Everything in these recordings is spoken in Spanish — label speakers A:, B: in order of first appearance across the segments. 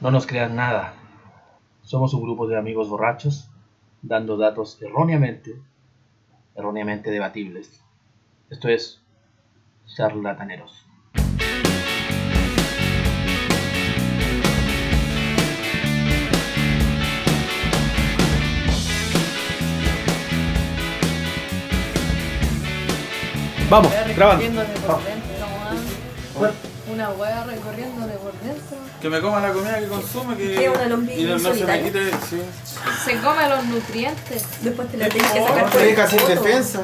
A: No nos crean nada. Somos un grupo de amigos borrachos dando datos erróneamente, erróneamente debatibles. Esto es charlataneros.
B: Vamos, grabando.
C: Recorriéndole
D: Ah.
C: por dentro, weón. Una weá recorriéndole por dentro.
E: Que me coma la comida que consume, que,
F: Que una lombriz
E: y no, no se me
F: solitaria.
E: quite. Sí.
C: Se come los nutrientes.
F: Después te la tenés que
B: No,
F: sacar por
B: tenés
F: el
B: que hacer
F: poto.
B: defensa.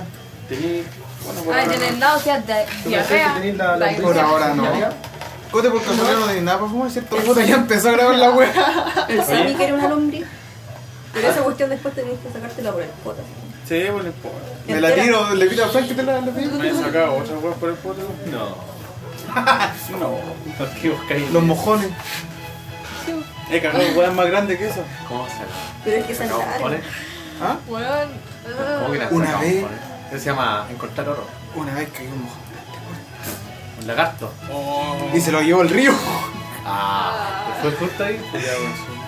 E: Tení- bueno, por
C: Ah, y
E: ahora
C: en el
E: no.
C: lado sea de diarrea. la
B: Por
C: diarrea.
B: ahora no. Cote por casualidad no tiene nada para fumar, ¿cierto? Puta, ya empezó a grabar la wea.
F: El Sandy que era una lombriz. Pero
B: Ah.
F: esa cuestión después tenés que sacártela por el poto.
E: Sí, por el poto.
B: Me la tiro, le pido al Frank que te la le pido.
E: ¿Me he sacado otra hueá por el poto? No. pues, no. ¿Qué buscáis?
B: Los mojones.
E: He cagado hueá más grande que esa.
D: ¿Cómo se llama?
F: Pero es que esa es larga.
D: ¿Cuál
B: ¿Ah?
C: Weón.
D: ¿Cómo que la
B: Una
D: sacamos,
B: vez.
D: Juan? Eso se llama encontrar oro.
B: Una vez caí un mojón.
D: Un lagarto.
E: Oh.
B: Y se lo llevó el río.
D: Ah. ¿Fue justo ahí?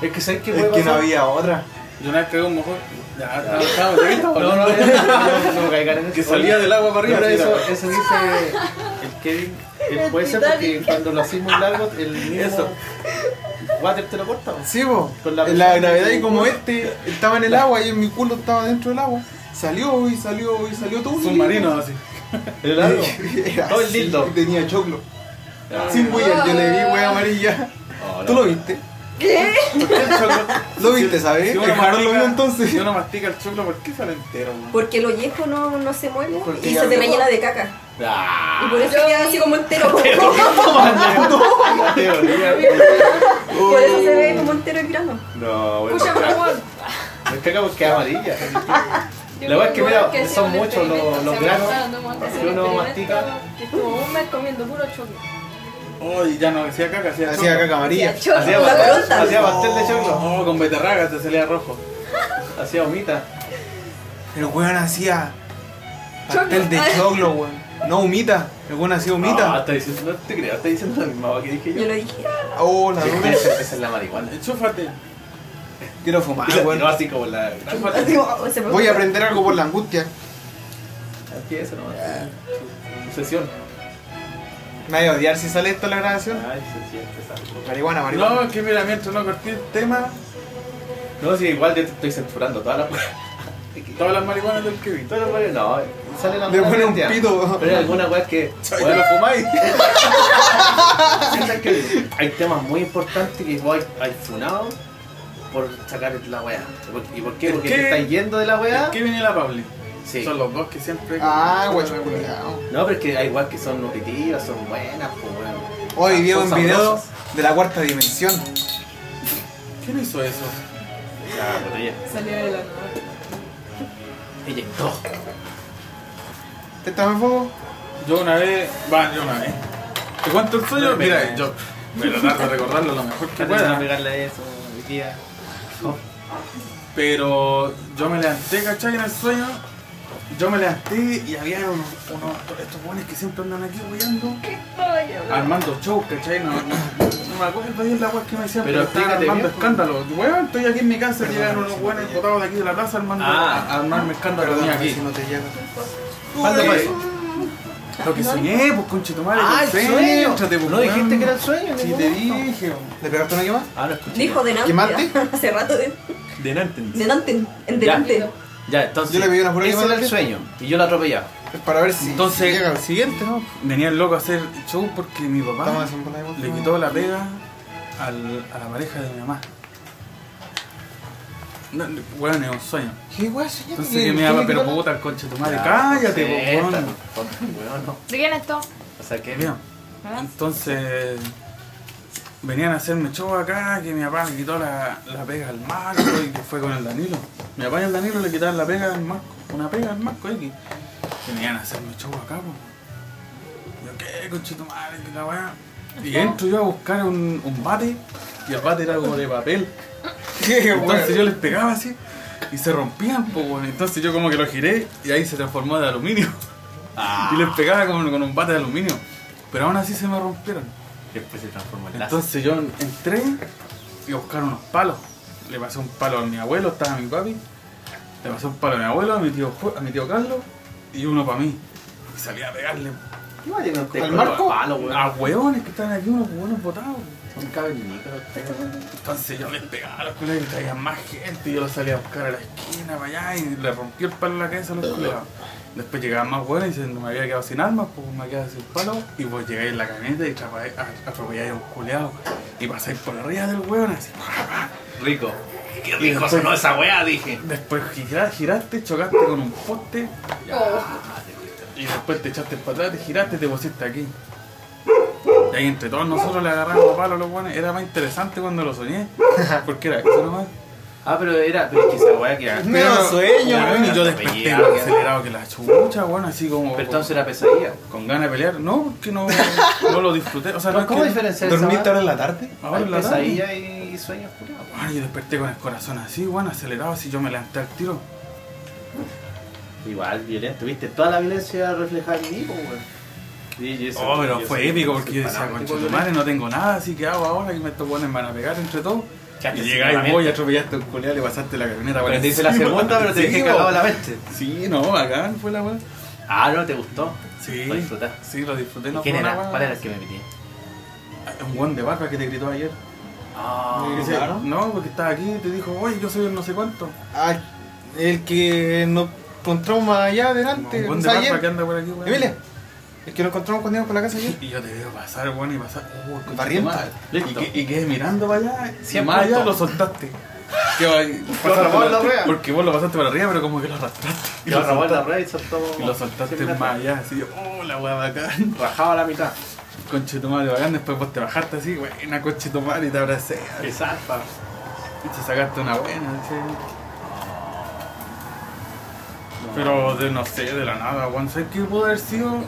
D: Es que sabes qué
B: Es
D: puede
B: que no
D: pasar?
B: había otra.
E: Yo una vez cagué un mojón. Ya, ya, ya, ya, ya,
D: No, no, no, no, no caigan en eso.
E: Que salía del agua para arriba.
D: Pero
E: sí,
D: eso,
E: era.
D: eso dice el Kevin. El puede ser porque cuando lo hacemos largo, el mismo
E: Eso.
D: water te lo corta. po.
B: Sí, vos.
D: Con la
B: La
D: presión
B: gravedad
D: de-
B: y como este estaba en el agua y en mi culo estaba dentro del agua. Salió y salió y salió todo un
E: Submarino así.
D: El largo.
B: Era
D: Todo el
B: así,
D: dildo.
B: Tenía choclo. Sin huella, yo le vi huella amarilla.
D: Oh,
B: ¿Tú
D: no.
B: lo viste? ¿Lo viste, sabes?
E: Si uno
B: el Harold lo vio
E: mastica-
B: entonces.
E: Si uno mastica el choclo, ¿por qué sale entero? man?
F: Porque el ollejo no, no se mueve
B: Porque
F: y
B: ya
F: se te
B: no.
F: rellena de caca.
D: Ah,
F: Y por eso queda así como entero. por
D: la teoría.
F: eso se ve como entero el grano.
D: No, bueno.
C: Pucha, pero weón.
D: Me caga porque es amarilla.
C: Yo
D: La verdad es que,
C: creo
D: mira,
C: que
D: son
C: hicieron
D: muchos los-
C: experimentos,
D: los
C: se
D: granos
C: avanzaron de un montón,
D: que
C: hicieron
D: uno
C: experimentos
D: mastica.
C: que estuvo un mes comiendo puro choclo.
E: Oh, y ya no hacía caca, hacía
B: Hacía
E: choclo.
B: caca amarilla.
F: Chorro,
D: Hacía
F: la
D: pastel,
F: pelota.
D: hacía pastel de choclo.
E: Oh, con beterraga te salía rojo.
D: Hacía humita.
B: El weón hacía pastel de choclo, weón. No humita. El weón hacía
D: Ah,
B: humita.
D: está diciendo, no te creas, está diciendo la misma que dije
F: Yo
D: yo.
F: lo dije.
B: Oh, la
D: Esa
B: dura.
D: esa- esa es la marihuana.
E: Enchúfate.
B: Quiero
D: Ah,
B: fumar,
D: bueno.
B: weón.
D: No así como la.
E: Enchúfate.
F: Así como, "Oh, se
B: Voy a aprender algo por la angustia.
D: Aquí eso nomás. Su- su Sesión.
B: Me voy a odiar si sale esto en la grabación.
D: Ay, se siente salvo.
B: Marihuana, marihuana.
E: No, es que mira, mientras no corté el tema,
D: No, si igual yo te estoy censurando todas las.
E: todas las marihuanas del Kevin.
D: Todas las marihuanas. No, eh, sale la
B: Le
D: mala
B: pone un
D: bestia.
B: pito.
D: Pero hay alguna weá que.
E: Bueno,
D: Bueno,
E: fumáis.
D: piensa que hay temas muy importantes que vos hay funado por sacar la weá. ¿Y por- ¿Y por qué?
E: ¿El
D: Porque
E: qué?
D: te estáis yendo de la weá.
E: El Kevin y la Pauli.
D: Sí.
E: Son los dos que siempre.
B: Ah, guacho, culiao.
D: No, pero es que hay weas que son nutritivas, son buenas, pues weón.
B: Hoy vi
D: Son
B: un video
D: sabrosas.
B: de la cuarta dimensión.
E: ¿Quién hizo eso?
D: La botella.
C: Salió de la nada.
D: Eyectó.
B: ¿Te estás en fuego?
E: Yo una vez. Va, yo una vez. ¿Te cuento el sueño?
D: Pero,
E: Mira,
D: pero,
E: yo me lo trato de recordarlo lo mejor que
D: Puedes
E: pueda.
D: pegarle a eso, hoy día.
E: Pero yo me levanté, ¿cachai? En el sueño. Yo me levanté y había unos, unos estos jóvenes que siempre andan aquí huyendo. Armando show, ¿cachai? No, no, no me acuerdo bien la weá que me decían,
D: Pero
E: pero, estaban
D: explícate
E: armando
D: bien, pues.
E: escándalo. Weón, estoy aquí en mi casa,
B: Perdón,
E: llegaron unos
B: sí,
E: weones
B: sí.
E: botados de aquí de la plaza armando,
D: Ah.
E: a, a armarme escándalo tenía aquí.
B: si no te llega.
D: Falta
E: Uy,
D: para eso.
E: Lo que soñé, pues conchetumare, concéntrate, pues,
D: Ah, No dijiste
E: weón.
D: que era el sueño,
E: Sí,
D: ningún
E: te
D: momento.
E: dije.
B: ¿Le pegaste una quema?
D: Ah, no escuché.
F: Dijo de
B: ¿Quemaste?
F: Hace rato de.
D: Delante.
F: Delante. En delante.
D: Ya, entonces.
B: Yo le pedí una pura
D: Ese
B: llamada
D: era el
B: al
D: sueño. Y yo la atropellaba.
B: Es para ver si
E: Entonces-
B: llega al siguiente, ¿no?
E: Venía el loco a hacer show porque mi papá
B: Estamos haciendo una igual.
E: le quitó la pega al- a la pareja de mi mamá. No, no, weón, es un sueño.
B: ¿Qué weá soñaste?
E: Entonces que
B: ¿Qué
E: me daba,
B: le
E: pero
B: quitó la-
E: puta, el conche de tu madre,
D: Ya,
E: cállate,
D: Ah, sí,
E: po,
D: está,
E: weón.
D: tonto, weón, no.
C: ¿De quién es esto?
D: O sea, que
E: Mira, Entonces venían a hacerme show acá, que mi papá le quitó la, la pega al Marco y que fue con el Danilo. Mi papá y el Danilo le quitaron la pega al Marco, una pega al Marco X. Que venían a hacerme show acá, pues. Yo qué, conchito madre, que la weá. Y entro yo a buscar un, un bate y el bate era como de papel.
B: ¿Qué weá?
E: Entonces yo les pegaba así y se rompían, pues bueno. Entonces yo como que lo giré y ahí se transformó de aluminio. Y les pegaba con, con un bate de aluminio. Pero aún así se me rompieron.
D: Después se transformó en lazo.
E: Entonces yo entré iba a buscar unos palos. Le pasé un palo a mi abuelo, estaba mi papi. Le pasé un palo a mi abuelo, a mi tío, Ju- a mi tío Carlos y uno para mí. Y salí a pegarle
D: ¿Qué va a tener usted
B: ¿Al
D: con los
B: marco?
D: palos, weón?
E: a huevones que están aquí, unos huevones botados.
D: Son cavernícolas ustedes, weón.
E: Entonces yo les pegaba a los culeros y traían más gente. Y yo los salía a buscar a la esquina para allá y le rompí el palo en la cabeza a los culeros. Después llegaban más hueones y dicen, no me había quedado sin armas, pues me quedaba sin palo. Y vos llegáis en la camioneta y atrapa- a- atropelláis a un culeado y pasáis por arriba del hueón así. pa, pa.
D: Rico. Qué
E: Y
D: rico
E: después-
D: sonó esa weá, dije.
E: Después gira- giraste, chocaste con un poste y después te echaste para atrás, te giraste y te pusiste aquí. Y ahí entre todos nosotros le agarramos a palo a los guanes. Era más interesante cuando lo soñé. Porque era eso nomás.
D: Ah, pero era, pero es que esa weá que
B: Me da sueño,
E: Weón,
B: weón.
E: y yo desperté más acelerado que la chucha, weón, así como
D: Pero entonces era pesadilla.
E: con, con ganas de pelear. No, porque no, no lo disfruté. O sea, no es
D: ¿Cómo
E: que-
D: diferenciar esa
B: ¿Dormiste
D: weá?
B: ahora en la tarde?
E: Ahora
D: Hay
E: en Ah, la tarde.
D: pesadilla y, y sueños curados.
E: Weón, yo desperté con el corazón así, weón, acelerado, así yo me levanté al tiro.
D: Igual, violento, viste, toda la violencia reflejada en mí, po, weón. Sí, yo soy-
E: Oh, pero
D: yo
E: fue
D: soy-
E: épico
D: soy
E: porque yo decía,
D: fanático
E: concha tu
D: violento".
E: madre, no tengo nada, así que hago ahora que me estos buenos van a pegar entre todos.
D: Chaste,
E: Y
D: sí,
E: llegáis vos y
D: claramente.
E: atropellaste a un culiao, le pasaste la camioneta por
D: Pero te hice la
E: encima.
D: segunda, pero te
E: Sí,
D: dejé
E: weón.
D: cagado la mente.
E: Sí, no, bacán fue la weá.
D: Ah, no, te gustó.
E: Sí.
D: Lo disfrutaste.
E: Sí, lo disfruté,
D: ¿Y
E: no
D: ¿Quién
E: fue
D: era?
E: una weá. Ah,
D: ¿Cuál era el que me metí?
E: Un guan de barba que te gritó ayer.
D: Ah,
E: Y dice, no, porque estaba aquí y te dijo, oye, yo soy el no sé cuánto.
B: Ah, el que nos encontramos más allá adelante.
E: Un
B: o
E: guan de
B: sea,
E: barba
B: ayer.
E: que anda por aquí, weón.
B: Emilia, el que nos encontramos cuando íbamos por la casa ayer.
E: Y yo te veo pasar, weón, y pasar. Oh, concha tu
B: Barriento.
E: madre.
D: Listo.
E: Y, que- y quedé mirando para allá. Y
D: Cien
E: más allá
D: puntos.
E: lo soltaste. Que va-
D: Lo robó la wea.
E: Porque vos lo pasaste para arriba, pero como que lo arrastraste.
D: y lo robó la red y saltó.
E: Y lo soltaste
D: Siempre
E: más allá, así yo, oh, la weá bacán.
D: Rajaba la mitad.
E: Conche tu madre bacán, después vos te bajaste así, buena conche tu madre, y te abracé.
D: Que zarpa.
E: Y te sacaste una buena, así. Pero de no sé, de la nada, weón, ¿sabes qué pudo haber sido?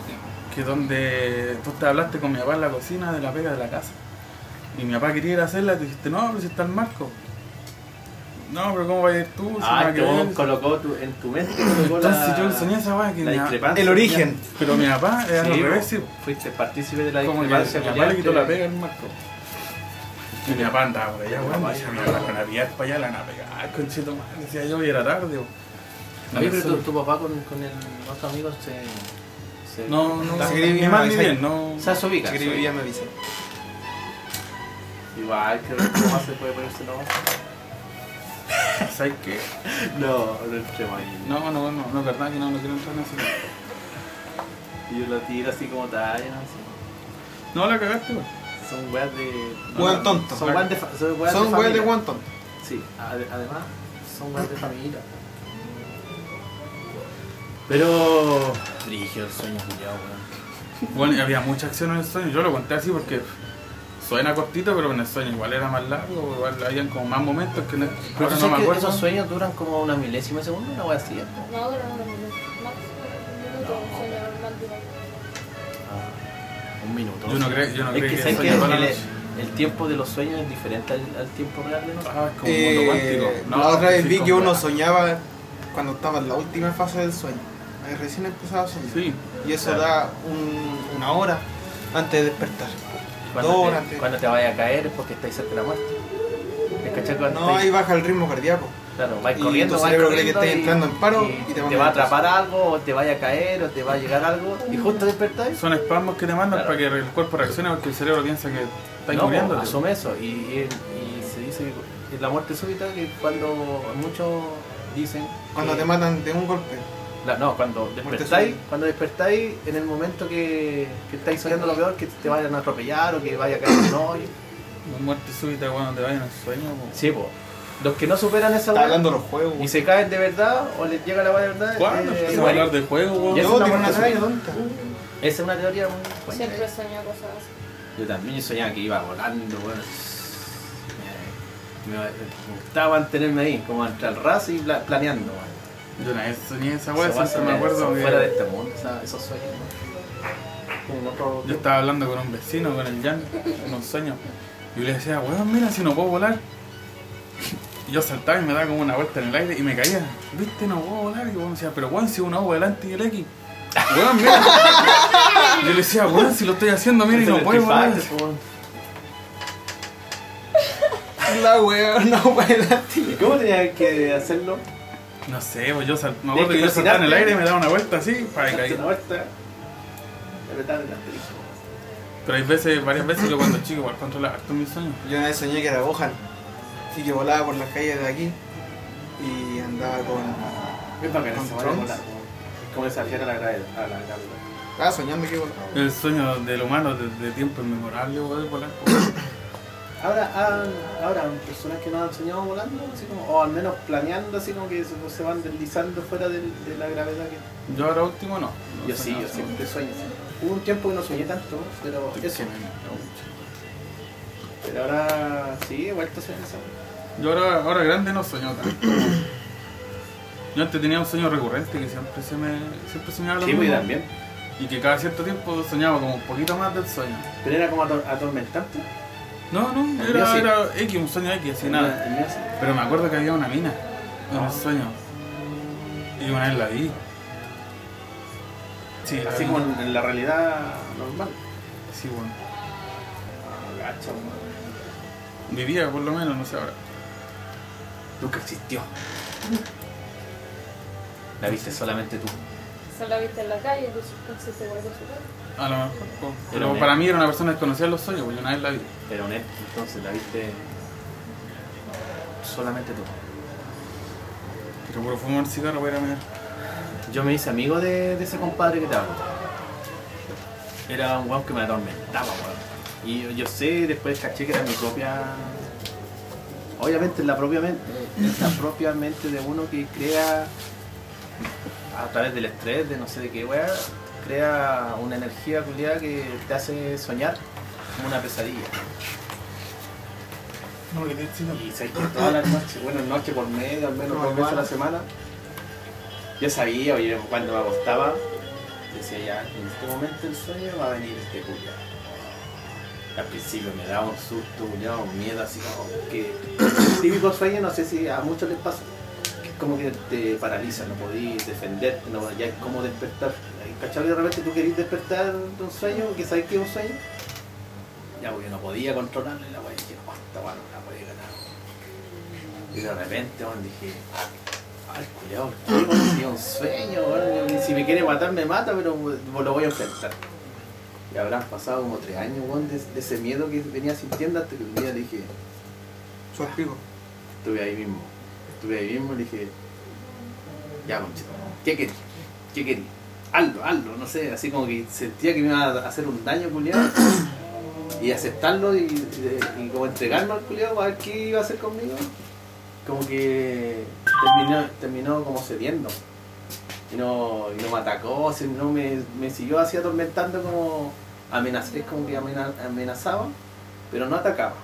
E: Que donde tú te hablaste con mi papá en la cocina de la pega de la casa. Y mi papá quería ir a hacerla y te dijiste, no, pero si está el marco. No, pero ¿cómo vas a ir tú? Si
D: Ah,
E: nada que
D: que vos
E: ver".
D: colocó tu, en tu mente. colocó la-
E: Entonces yo soñé esa weá que
D: La
E: mi papá-
D: discrepancia.
B: El origen.
E: Pero mi papá era
D: Sí,
E: lo
D: vos
E: revés, sí.
D: Fuiste partícipe de la
E: Como que
D: discrepancia.
E: mi papá
D: culiá,
E: le quitó
D: entre-
E: la pega en Marco. Y mi papá andaba por allá, weón. Decía, mi papá con la vía para allá, la van a pegar, conchito madre. Decía yo, y era tarde, weón.
D: Oye, pero tu, tu papá con, con el otro amigo se. se
E: No, no,
B: Se
E: no,
B: quería
E: ni
B: bien
E: mal ni
B: avisar.
E: bien, no.
D: O sea, se ubica.
B: Si
D: se
B: quería,
D: ubica.
B: ya me avisa.
D: Igual, creo que más se puede ponerse no.
E: ¿Sabes qué?
D: No, no entremos ahí.
E: No, no, no, no, es verdad que no, no quiero entrar en eso.
D: Y yo lo tiro así como talla, no sé.
E: No, la cagaste, weón.
D: Son weas de.
B: Weón tonto.
D: Son weas de. fa- Son weas
B: Son weas de
D: familia.
B: Wonton.
D: Sí, ade- además, son weas de familia. Pero. Dirigió el sueño culiado, weón.
E: Bueno, y había mucha acción en el sueño. Yo lo conté así porque suena cortito, pero en el sueño igual era más largo, igual habían como más momentos que no,
D: Pero
E: ahora no me acuerdo.
D: esos sueños duran como una milésima de segundo, una wea así. ¿eh? ¿no?
G: No, pero no, no, no. Max, un minuto, un sueño normal dura.
D: Ah, un minuto.
E: Yo no creo- yo no
D: es
E: creo
D: que,
E: que
D: ¿sabes
E: el
D: que
E: sueño para
D: el,
E: los-
D: el tiempo de los sueños es diferente al, al tiempo real de nosotros.
E: Ah, es como un mundo cuántico.
B: Eh,
E: No,
B: la otra vez
E: sí,
B: vi que
E: como-
B: uno soñaba cuando estaba en la última fase del sueño. Ahí Recién empezaba a soñar.
E: Sí.
B: Y eso
D: Claro.
B: da un- una hora antes de despertar. Dos
D: Cuando
B: horas
D: te,
B: antes.
D: cuando te vayas a caer es porque estáis cerca de la muerte. ¿Me cachai? Cuando
B: No, ahí
D: estáis-
B: baja el ritmo cardíaco.
D: Claro, vais
B: y
D: corriendo,
B: tu
D: vais
B: cerebro cree que
D: corriendo
B: estáis
D: y-
B: entrando en paro y te
D: te,
B: va a
D: va a
B: matar.
D: atrapar algo, o te vaya a caer, o te va a llegar algo, y justo despertáis.
E: Son espasmos que te mandan
D: Claro.
E: para que el cuerpo reaccione porque el cerebro piensa que estáis
D: No,
E: muriendo.
D: pues, asume eso. Y, y- y se dice que es la muerte súbita que cuando muchos dicen.
B: Cuando
D: que-
B: te matan de un golpe.
D: La- no, cuando despertáis,
B: súbita.
D: cuando despertáis, en el momento que, que estáis soñando lo peor, que te vayan a atropellar o que vaya a caer un hoyo.
E: Una muerte súbita cuando te vayan al sueño. po.
D: Sí, po. Los que no superan esa
B: Está
D: weá
B: hablando de los juegos.
D: y se caen de verdad o les llega la weá de verdad.
E: ¿Cuándo
D: eh,
E: empezamos a
D: mueren.
E: hablar de juego,
D: Y
E: weón?
D: esa
B: Yo
D: es una
B: tengo una
D: muerte
B: talla
D: súbita.
B: tonta.
D: Esa es una teoría muy buena. eh.
G: Siempre sueño cosas así.
D: Yo también soñaba que iba volando, weón. Me, me gustaba mantenerme ahí, como entre el ras y pla- planeando, weón.
E: Yo una vez soñé esa
D: Esa
E: weá,
D: weá
E: Ah, siempre me
D: son-
E: acuerdo
D: son fuera de
E: que
D: este mundo, esa- esos sueños, weón. Como en otro-
E: yo estaba hablando con un vecino, con el Jan, en un sueño. Y yo le decía, weón, mira si no puedo volar. Y yo saltaba y me daba como una vuelta en el aire y me caía. Viste, no puedo volar. Y weón me decía, pero weón, si uno hago adelante y el X. Weón, mira. Y yo le decía, pues, weón, si lo estoy haciendo, mira y
D: Ese
E: no
D: es
E: puedo
D: el
E: volar.
D: Street Fighter, po, weón.
B: La wea, no wea.
D: ¿Y cómo tenía que hacerlo?
E: No sé, pues yo sal-
D: Tienes
E: me acuerdo
D: que
E: que yo saltaba en el
D: cocinarte.
E: aire y me daba una vuelta así para
D: Darte una
E: que caiga.
D: vuelta. Apretar el asterisco.
E: Pero hay veces, varias veces yo cuando chico igual controlaba harto mis sueños.
B: Yo una vez soñé que era Gohan. Así que volaba por las calles de aquí. Y andaba con.
D: Es bacán esa
B: Con
D: bola. Es como esa fiera a la gravedad. A la gravedad.
B: Estaba soñando que volaba.
E: El sueño del humano desde tiempo inmemorable, weón, volar. weón.
D: Ahora, han- ahora, personas que no han soñado volando, así como, o al menos planeando, así como que se, se van deslizando fuera del- de, la gravedad que.
E: Yo ahora último no. No
D: yo
E: soñaba
D: sí, yo
E: así,
D: siempre sueño. sí. Hubo un tiempo que no soñé tanto, pero
E: weón.
D: eso.
E: Que me- me gusta.
D: Pero ahora sí, he vuelto a soñar esa bola.
E: Yo ahora, ahora grande no sueño tanto. weón. Yo antes tenía un sueño recurrente que siempre se me. siempre soñaba lo
D: Sí,
E: mismo.
D: pues y también.
E: Y que cada cierto tiempo soñaba como un poquito más del sueño.
D: Pero era como ator- atormentante.
E: No, no,
D: El mío
E: era,
D: sí. Ah.
E: era X, un sueño X, así nada.
D: El mío sí.
E: Pero me acuerdo que había una mina en
D: Ah.
E: el sueño. Y una vez la vi. Sí, la
D: Así
E: vi.
D: como en, en la realidad normal.
E: Sí, bueno.
D: Gacho, man.
E: Vivía por lo menos, no sé ahora.
D: Nunca existió. La viste solamente tú.
G: Solo viste en la calle, entonces entonces te guardó su cuerpo.
E: A lo mejor. po.
D: Era
E: Pero
D: un
E: para
D: ente.
E: mí era una persona desconocida en los sueños, porque una vez la vi.
D: Pero un ente, entonces la viste solamente tú.
E: Pero por fumar cigarro voy a ir a mirar.
D: Yo me hice amigo de, de ese compadre que te hablo. Era un weón que me atormentaba, weón. Y yo, yo sé, después caché que era mi propia. Obviamente es la propia mente, es la propia mente de uno que crea a través del estrés, de no sé de qué weá, crea una energía culiada que te hace soñar como una pesadilla.
E: No, que te
D: Y sabes que todas las noches, bueno, noche por medio, al menos dos veces a la semana, yo sabía, oye, cuando me acostaba, decía ya, en este momento el sueño va a venir este culiao. Al principio me daba un susto, culiao, un miedo así como que. El típico sueño, no sé si a muchos les pasa, que es como que te paraliza, no podís defenderte, no, ya es como despertar. ¿Cachai? De repente tú querís despertar de un sueño, que sabes que es un sueño. Ya, porque no podía controlarle la wea, dije, no, esta wea no la podía ganar. Y de repente, weón, dije, ay, culiao, si es un sueño, weón, y si me quiere matar, me mata, pero weón, lo voy a enfrentar. Y habrán pasado como tres años, weón, de, de ese miedo que venía sintiendo hasta que un día dije,
B: Su pico.
D: estuve ahí mismo, estuve ahí mismo y dije, ya, conchito, ¿qué querí? ¿Qué querí? Algo, algo, no sé, así como que sentía que me iba a hacer un daño, culiado, y aceptarlo y, y- y como entregarme al culiado a ver qué iba a hacer conmigo, como que terminó, terminó como cediendo. Y no, y no me atacó, si no me, me siguió así atormentando como amenaz, es como que amena- amenazaba, pero no atacaba.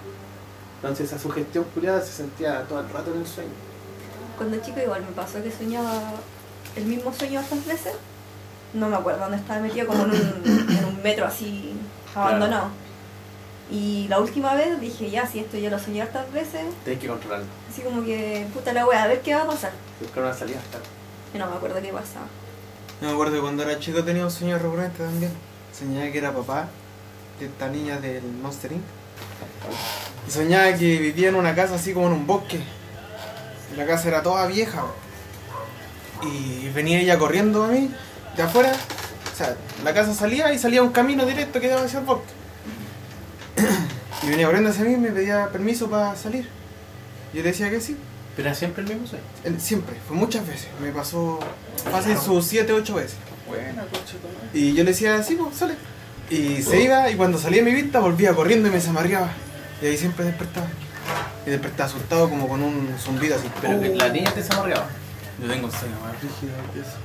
D: Entonces esa sugestión culiada se sentía todo el rato en el sueño.
F: Cuando chica igual me pasó que soñaba el mismo sueño hartas veces. No me acuerdo dónde estaba metida, como en un, en un metro así abandonado. Y la última vez dije, ya, si esto ya lo soñé hartas veces,
D: Tenés que controlarlo.
F: así como que, puta la wea, a ver qué va a pasar.
D: Buscar una salida. claro.
F: Y no me acuerdo qué pasaba.
B: Yo me acuerdo que cuando era chico tenía un sueño recurrente también. Soñaba que era papá de esta niña del Monster Inc. Y soñaba que vivía en una casa así como en un bosque. Y La casa era toda vieja, weón. Y venía ella corriendo a mí, de afuera. O sea, la casa salía y salía un camino directo que daba hacia el bosque. Y venía corriendo hacia mí y me pedía permiso para salir. Yo le decía que sí.
D: Pero era siempre el mismo sueño.
B: El- Siempre, fue muchas veces. Me pasó fácil sus 7, 8 veces.
E: Buena, coche, toma.
B: Y yo le decía, sí, pues, sale. Y se iba, y cuando salía de mi vista volvía corriendo y me desamarreaba. Y ahí siempre despertaba. Y despertaba asustado como con un zumbido así.
D: Pero que la niña te se amorgaba.
E: Yo tengo un sueño más rígido que eso.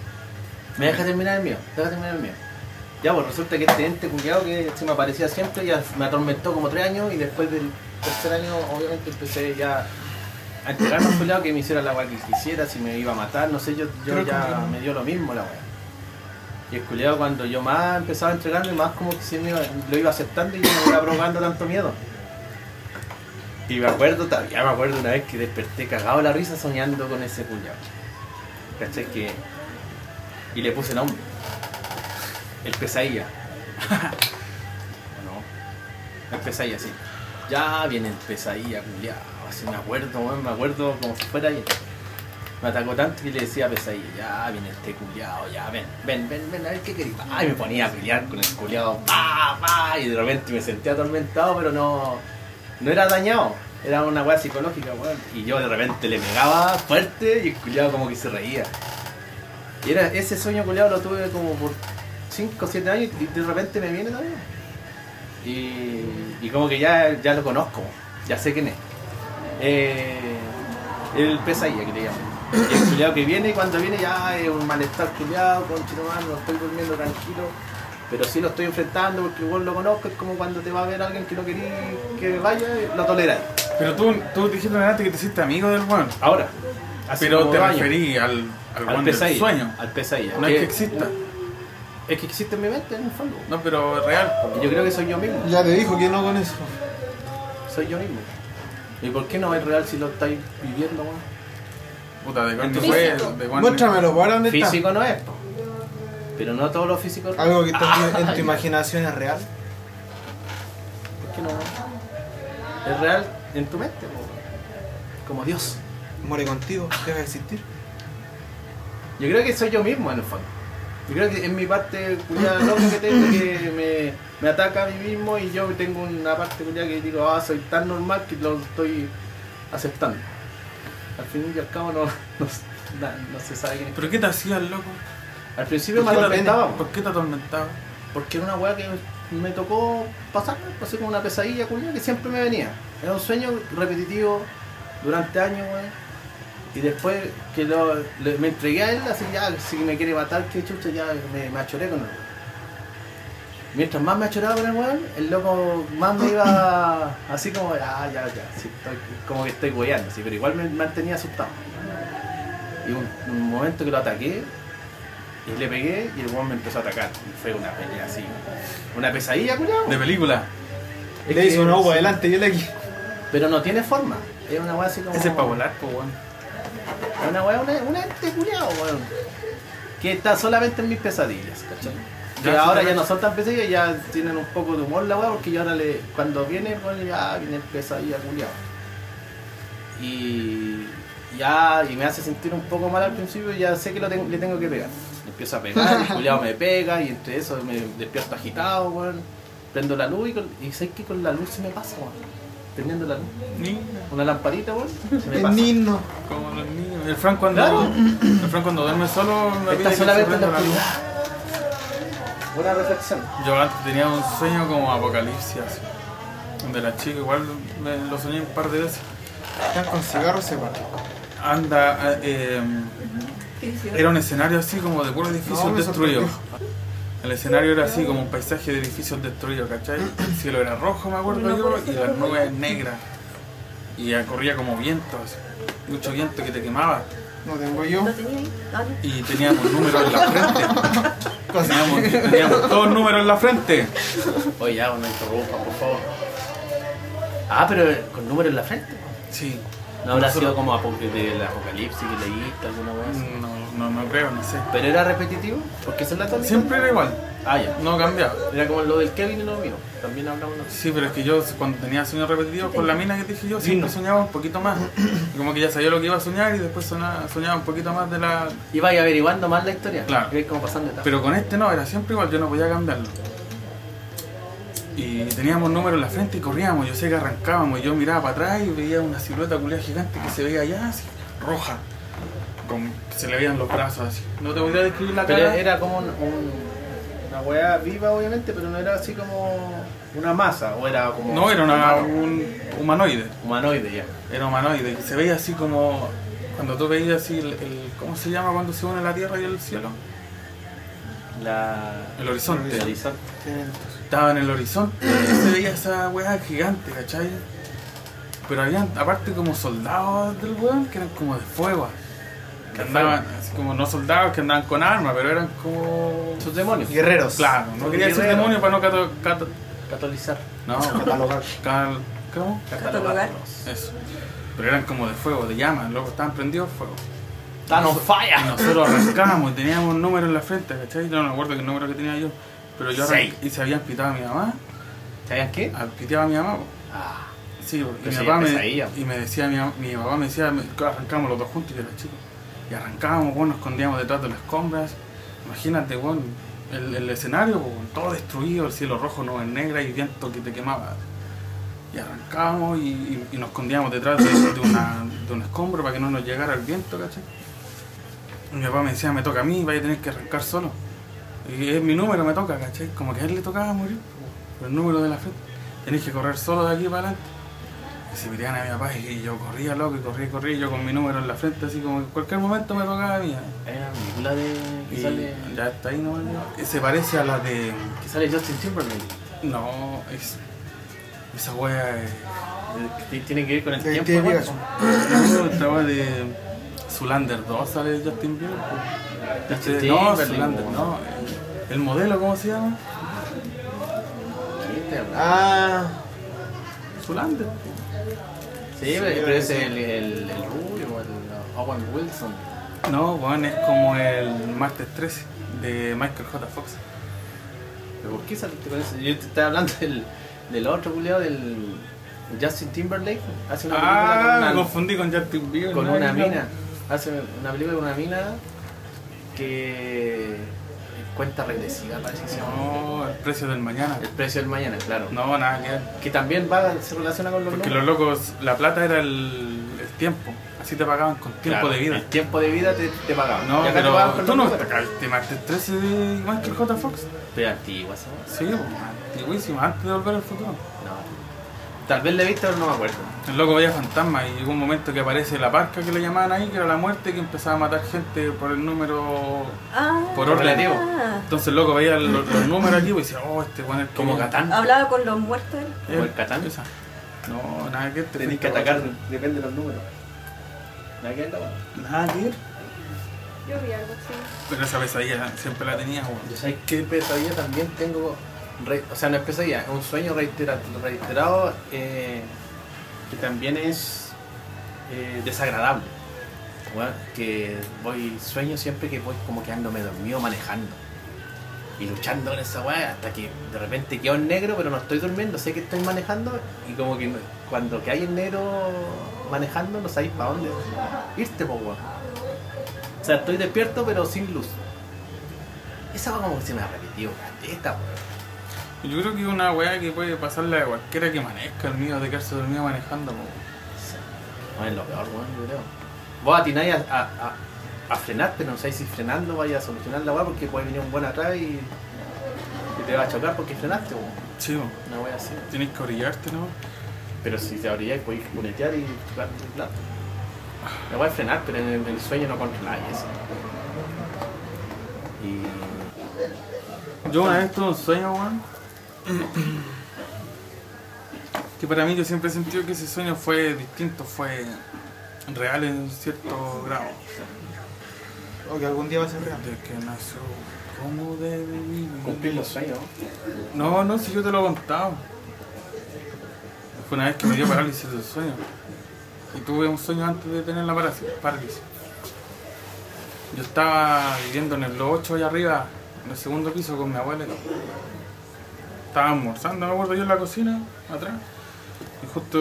D: Me deja terminar el mío, deja terminar el mío. Ya, pues resulta que este ente culiado que se me aparecía siempre ya me atormentó como tres años y después del tercer año obviamente empecé ya a entregarme a culiado que me hiciera la weá que quisiera, si me iba a matar, no sé, yo, yo
B: Creo que
D: ya
B: no.
D: me dio lo mismo la weá. Y el culiado cuando yo más empezaba a entregarme, más como que se me iba- lo iba aceptando y yo no me iba provocando tanto miedo. Y me acuerdo, todavía me acuerdo una vez que desperté cagado de la risa soñando con ese culiado. ¿Cachai? Que... Y le puse nombre. El pesadilla. ¿O no? El pesadilla, sí. Ya viene el pesadilla, culiao. No, sí me acuerdo, weón, me acuerdo como si fuera ayer. Me atacó tanto que le decía a Pesadilla, ya viene este culiado, ya ven, ven, ven, ven, a ver qué querés. Ah, y me ponía a pelear con el culiado, pa, pa, y de repente me sentía atormentado, pero no, no era dañado. Era una weá psicológica, weón. Y yo de repente le pegaba fuerte y el culiado como que se reía. Y era, ese sueño culiado lo tuve como por 5 o 7 años y de repente me viene también. Y, y como que ya, ya lo conozco, ya sé quién es. Eh, el pesadilla que le llaman. Y El culiado que viene, y cuando viene ya es un malestar culiado, con mano, no estoy durmiendo tranquilo. Pero sí lo estoy enfrentando porque igual lo conozco, es como cuando te va a ver alguien que no querís que vaya, lo toleráis.
E: Pero tú, tú dijiste antes que te hiciste amigo del Juan.
D: Ahora, hace
E: Pero
D: como
E: te
D: dos años,
E: referí al, al
D: al
E: Juan del
D: pesadilla.
E: sueño.
D: Al pesadilla.
E: No es que exista.
D: Es que existe en mi mente, en el fondo.
E: No, pero real.
D: Y yo creo que soy yo mismo.
B: Oh, Ya te dijo que no con eso.
D: Soy yo mismo. ¿Y por qué no es real si lo estáis viviendo, weón?
E: Puta, de cuánto
D: Físico.
E: fue. De cuánto-
B: Muéstramelo, ¿para dónde está?
D: Físico Ah, no es, po. pero no todo lo físico es real.
B: Algo que está en- en tu imaginación es real.
D: ¿Por qué no? Es real en tu mente, po. como Dios.
B: Muere contigo, deja de existir.
D: Yo creo que soy yo mismo en el fondo. Yo creo que en mi parte culiada loca que tengo que me, me ataca a mí mismo y yo tengo una parte culiada que digo, ah, soy tan normal que lo estoy aceptando. Al fin y al cabo no, no, na- no se sabe quién es.
E: ¿Pero qué te hacías, loco?
D: Al principio me
E: ¿Por qué, te,
D: atormentaba, po,
E: ¿Por qué te atormentaba?
D: porque era una weá que me tocó pasar, pasé como una pesadilla culiada que siempre me venía. Era un sueño repetitivo durante años, weón. Y después que lo, le- me entregué a él, así ya, si me quiere matar, que chucha, ya me, me achoré con él. Mientras más me achoraba con el weón, el loco más me iba así como, ah, ya, ya, sí, estoy- como que estoy weyando, así, pero igual me mantenía asustado. Y un, un momento que lo ataqué, y le pegué, y el weón me empezó a atacar. Y fue una pelea así, una pesadilla, culiao.
E: De película.
D: Es
B: le
D: que-
B: hizo una uva adelante, yo le aquí.
D: Pero no tiene forma, es una weá así como.
E: Ese es para volar, po, weón.
D: Es Una weá, una- un ente culiao, weón. Que está solamente en mis pesadillas, ¿cachai? Que
E: Ya, sí,
D: ahora
E: te
D: ya no
E: cacho.
D: son tan pesadillas, ya tienen un poco de humor la weá, porque yo ahora le, cuando viene, pues ya viene el pesadilla culiao. Y ya, y me hace sentir un poco mal al principio, y ya sé que lo tengo- le tengo que pegar. Me empiezo a pegar, el culiao me pega, y entre eso me despierto agitado, weón. Prendo la luz y, con- y sé que con la luz se me pasa, weón. Prendiendo la luz.
E: Ni-
D: Una lamparita, weón. Se me
B: El
D: pasa.
B: niño.
E: Como los niños. El Frank cuando.
D: Claro.
E: El Frank cuando duerme solo. me pide
D: Está
E: que
D: solamente en
E: se
D: la
E: prenda la luz.
D: oscuridad. Buena reflexión.
E: Yo antes tenía un sueño como apocalipsis, así. Donde la chica igual me- lo soñé un par de veces.
B: Están con cigarros separados.
E: Anda, eh, era un escenario así como de puros edificios
B: No, me
E: destruidos. El escenario era así como un paisaje de edificios destruidos, ¿cachai? El cielo era rojo, me acuerdo yo, y las nubes negras. Y ya corría como viento, así. mucho viento que te quemaba.
B: No tengo yo.
F: ¿Lo tenía ahí? Ah, no.
E: Y teníamos números en la frente.
B: Con
E: Teníamos, teníamos todos números en la frente.
D: Oye, ya, no interrumpa, por favor. Ah, pero con número en la frente.
E: Sí.
D: No habrá
E: Nosotros-
D: sido como apo- del apocalipsis que leíste alguna vez.
E: No, no, no creo, no sé.
D: Pero era repetitivo, porque son las tónicas.
E: Siempre era igual,
D: Ah, ya.
E: no cambiaba.
D: Era como lo del Kevin y lo mío. También hablamos nosotros.
E: Sí, pero es que yo cuando tenía sueños repetidos con la mina que te dije yo, siempre soñaba un poquito más. Y como que ya sabía lo que iba a soñar y después sonaba- soñaba un poquito más de la...
D: Y vais averiguando más la historia.
E: Claro.
D: Y vais como pasando etapas.
E: Pero con este no, era siempre igual, yo no podía cambiarlo. Y teníamos números en la frente y corríamos, yo sé que arrancábamos, y yo miraba para atrás y veía una silueta culiada gigante que se veía allá, así, roja. Con, que se le veían los brazos así. No te podía describir la
D: Pero
E: cara.
D: era como un- un- una weá viva, obviamente, pero no era así como una masa. O era como.
E: No, era una- un humanoide.
D: Humanoide ya.
E: Era humanoide, que se veía así como. Cuando tú veías así el, el- ¿Cómo se llama cuando se une la tierra y el cielo?
D: La.
E: El horizonte.
D: El horizonte.
E: Estaba en el horizonte y se veía esa weá gigante, ¿cachai? Pero habían, aparte, como soldados del weón que eran como de fuego. Que
D: De
E: andaban, así como no soldados que andaban con armas, pero eran como.
D: Sus demonios.
B: Guerreros.
E: Claro, no quería decir
D: Guerrero.
E: demonio para no cato. cato
D: Catolizar.
E: no,
B: Catalogar.
E: cal- ¿Cómo?
F: Catalogar.
E: Eso. Pero eran como de fuego, de llamas, loco, estaban prendidos fuego.
D: Tan on
E: Y
D: fire.
E: nosotros arrancábamos, teníamos un número en la frente, ¿cachai? Yo no me acuerdo qué número que tenía yo. Pero yo arran-
D: Seis.
E: y se habían pitado a mi mamá,
D: ¿Sabían qué?
E: ah, piteaba a mi mamá, po.
D: Ah,
E: Sí, porque mi
D: Pesadilla,
E: papá me,
D: pesadilla.
E: y me decía, mi, mam- mi papá me decía me- que arrancábamos los dos juntos, yo era chico. Y arrancábamos, bueno, nos escondíamos detrás de las escombras. Imagínate, bueno, el, el escenario, bueno, todo destruido, el cielo rojo, nubes negras y viento que te quemaba. Y arrancábamos y, y- y nos escondíamos detrás de, de una, de un escombro para que no nos llegara el viento, ¿cachai? Y mi papá me decía, me toca a mí, vaya a tener que arrancar solo. Y es mi número, me toca, ¿cachai? Como que a él le tocaba morir, por el número de la frente. Tenés que correr solo de aquí para adelante. Y se metían a mi papá y yo corría, loco, y corría, y corría, y yo con mi número en la frente, así como que en cualquier momento me tocaba a mí. ¿eh?
D: Hay una película de. que
E: Y
D: sale.
E: ya está ahí nomás. ¿no? Se parece a la de...
D: que sale Justin Timberlake.
E: No, es... Esa wea es...
D: Eh, que Tiene que ver con el
B: Sí,
D: tiempo.
B: tiene
D: ¿no?
B: que ver con-
E: No, esta wea de... Zulander 2 sale Justin Bieber. po.
D: Justin
E: Este- no,
D: Timberlake,
E: Zulander,
D: pues, po.
E: no. El, el modelo, ¿cómo se llama?
D: Sí, te hablo.
B: Ah,
E: Zulander.
D: Sí, pero pero es el, el, el rubio, el Owen Wilson.
E: No, weón, es como el Martes 13 de Michael J. Fox.
D: ¿Pero por qué saliste con eso? Yo te estaba hablando del, del otro culiado, del Justin Timberlake. Hace una película
E: Ah,
D: con
E: me
D: una-
E: confundí con Justin Bieber.
D: con
E: ¿no?
D: una mina. Hace una película con una mina que cuenta regresiva, parece que se llama.
E: No, el precio del mañana.
D: El precio del mañana, claro.
E: No, nada que ver.
D: Que también va, se relaciona con los
E: Porque
D: números.
E: los locos, la plata era el, el tiempo. Así te pagaban con tiempo
D: Claro,
E: de vida.
D: El tiempo de vida te, te pagaban.
E: No,
D: Y acá te pagaban
E: pero
D: con
E: tú
D: los
E: no
D: números.
E: sacaste Martes 13 de Michael J. Fox.
D: Pero antigua, esa weá.
E: Sí, pues, antiguísimo, antes de volver al futuro.
D: No. Tal vez la he visto, pero no me acuerdo.
E: El loco veía fantasmas y llegó un momento que aparece la parca que le llamaban ahí, que era la muerte, que empezaba a matar gente por el número.
F: Ah,
E: Por orden.
D: Relativo.
E: Entonces el loco veía los, los números aquí y decía, oh, este bueno es que-
D: Como Catán.
F: Hablaba con los muertos. él.
D: Como el Catán.
E: Esa. No, nada que ver, te
D: Tenés que
E: fuiste,
D: atacar, depende de los números. ¿La que anda, weón?
E: Nada que ver.
G: Yo vi algo así.
E: Pero esa pesadilla siempre la tenía, weón.
D: Yo sabes que pesadilla también tengo, re- o sea, no es pesadilla, es un sueño reitera- reiterado eh, que también es eh, desagradable. Weón, que voy, sueño siempre que voy como quedándome dormido manejando y luchando con esa weá hasta que de repente quedo en negro, pero no estoy durmiendo, sé que estoy manejando y como que no- cuando que hay en negro manejando no sabéis para dónde irte, po, weón. O sea, estoy despierto pero sin luz. Esa va como que se me ha repetido esta weón.
E: Yo creo que es una weá que puede pasarle a cualquiera que maneja el mío, de quedarse dormido manejando, po.
D: No es lo peor, weón, yo creo. Vos atináis a, a, a, a frenar, pero no sabéis si frenando vaya a solucionar la weá porque puede venir un buen atrás y, y te va a chocar porque frenaste, weón.
E: Sí, po.
D: Una weá así.
E: Tienes que orillarte, ¿no?
D: Pero si te abrías podéis culetear y claro, claro. La weá es frenar, pero en el, en el sueño no controláis eso. Y.
E: Yo una vez tuve un sueño, weón. que para mí yo siempre he sentido que ese sueño fue distinto, fue real en cierto grado.
B: o que algún día va a ser real.
E: De que nació como de vivir.
D: Cumplir los sueños.
E: No, no, si yo te lo he contado. Fue una vez que me dio parálisis del sueño. Y tuve un sueño antes de tener la parálisis. parálisis. Yo estaba viviendo en el 8 allá arriba, en el segundo piso con mi abuela. Estaba almorzando, me acuerdo yo en la cocina, atrás. Y justo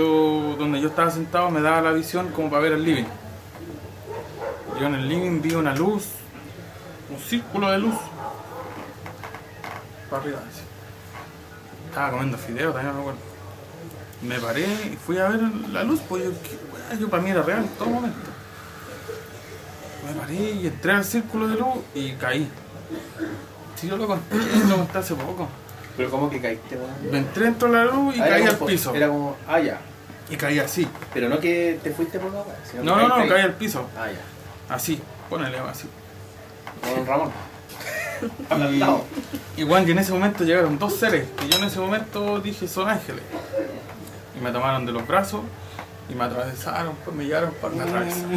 E: donde yo estaba sentado me daba la visión como para ver el living. Yo en el living vi una luz, un círculo de luz. Para arriba, así. Estaba comiendo fideos, también me acuerdo. Me paré y fui a ver la luz, pues yo, qué weá, yo para mí era real en todo momento. Me paré y entré al círculo de luz y caí. Si yo lo conté, lo conté hace poco.
D: Pero como que caíste, weón.
E: Me entré dentro de la luz y
D: Ah, era
E: caí
D: como
E: al
D: po-
E: piso.
D: Era como, ah, ya.
E: Y caí así.
D: Pero no que te fuiste por la weá. sino
E: No,
D: que
E: no, no,
D: caíste
E: caí
D: ahí.
E: al piso.
D: Ah, ya.
E: Así, ponele así.
D: Don Ramón.
E: Y bueno, que en ese momento llegaron dos seres que yo en ese momento dije son ángeles. Y me tomaron de los brazos y me atravesaron, pues me llevaron para la travesa.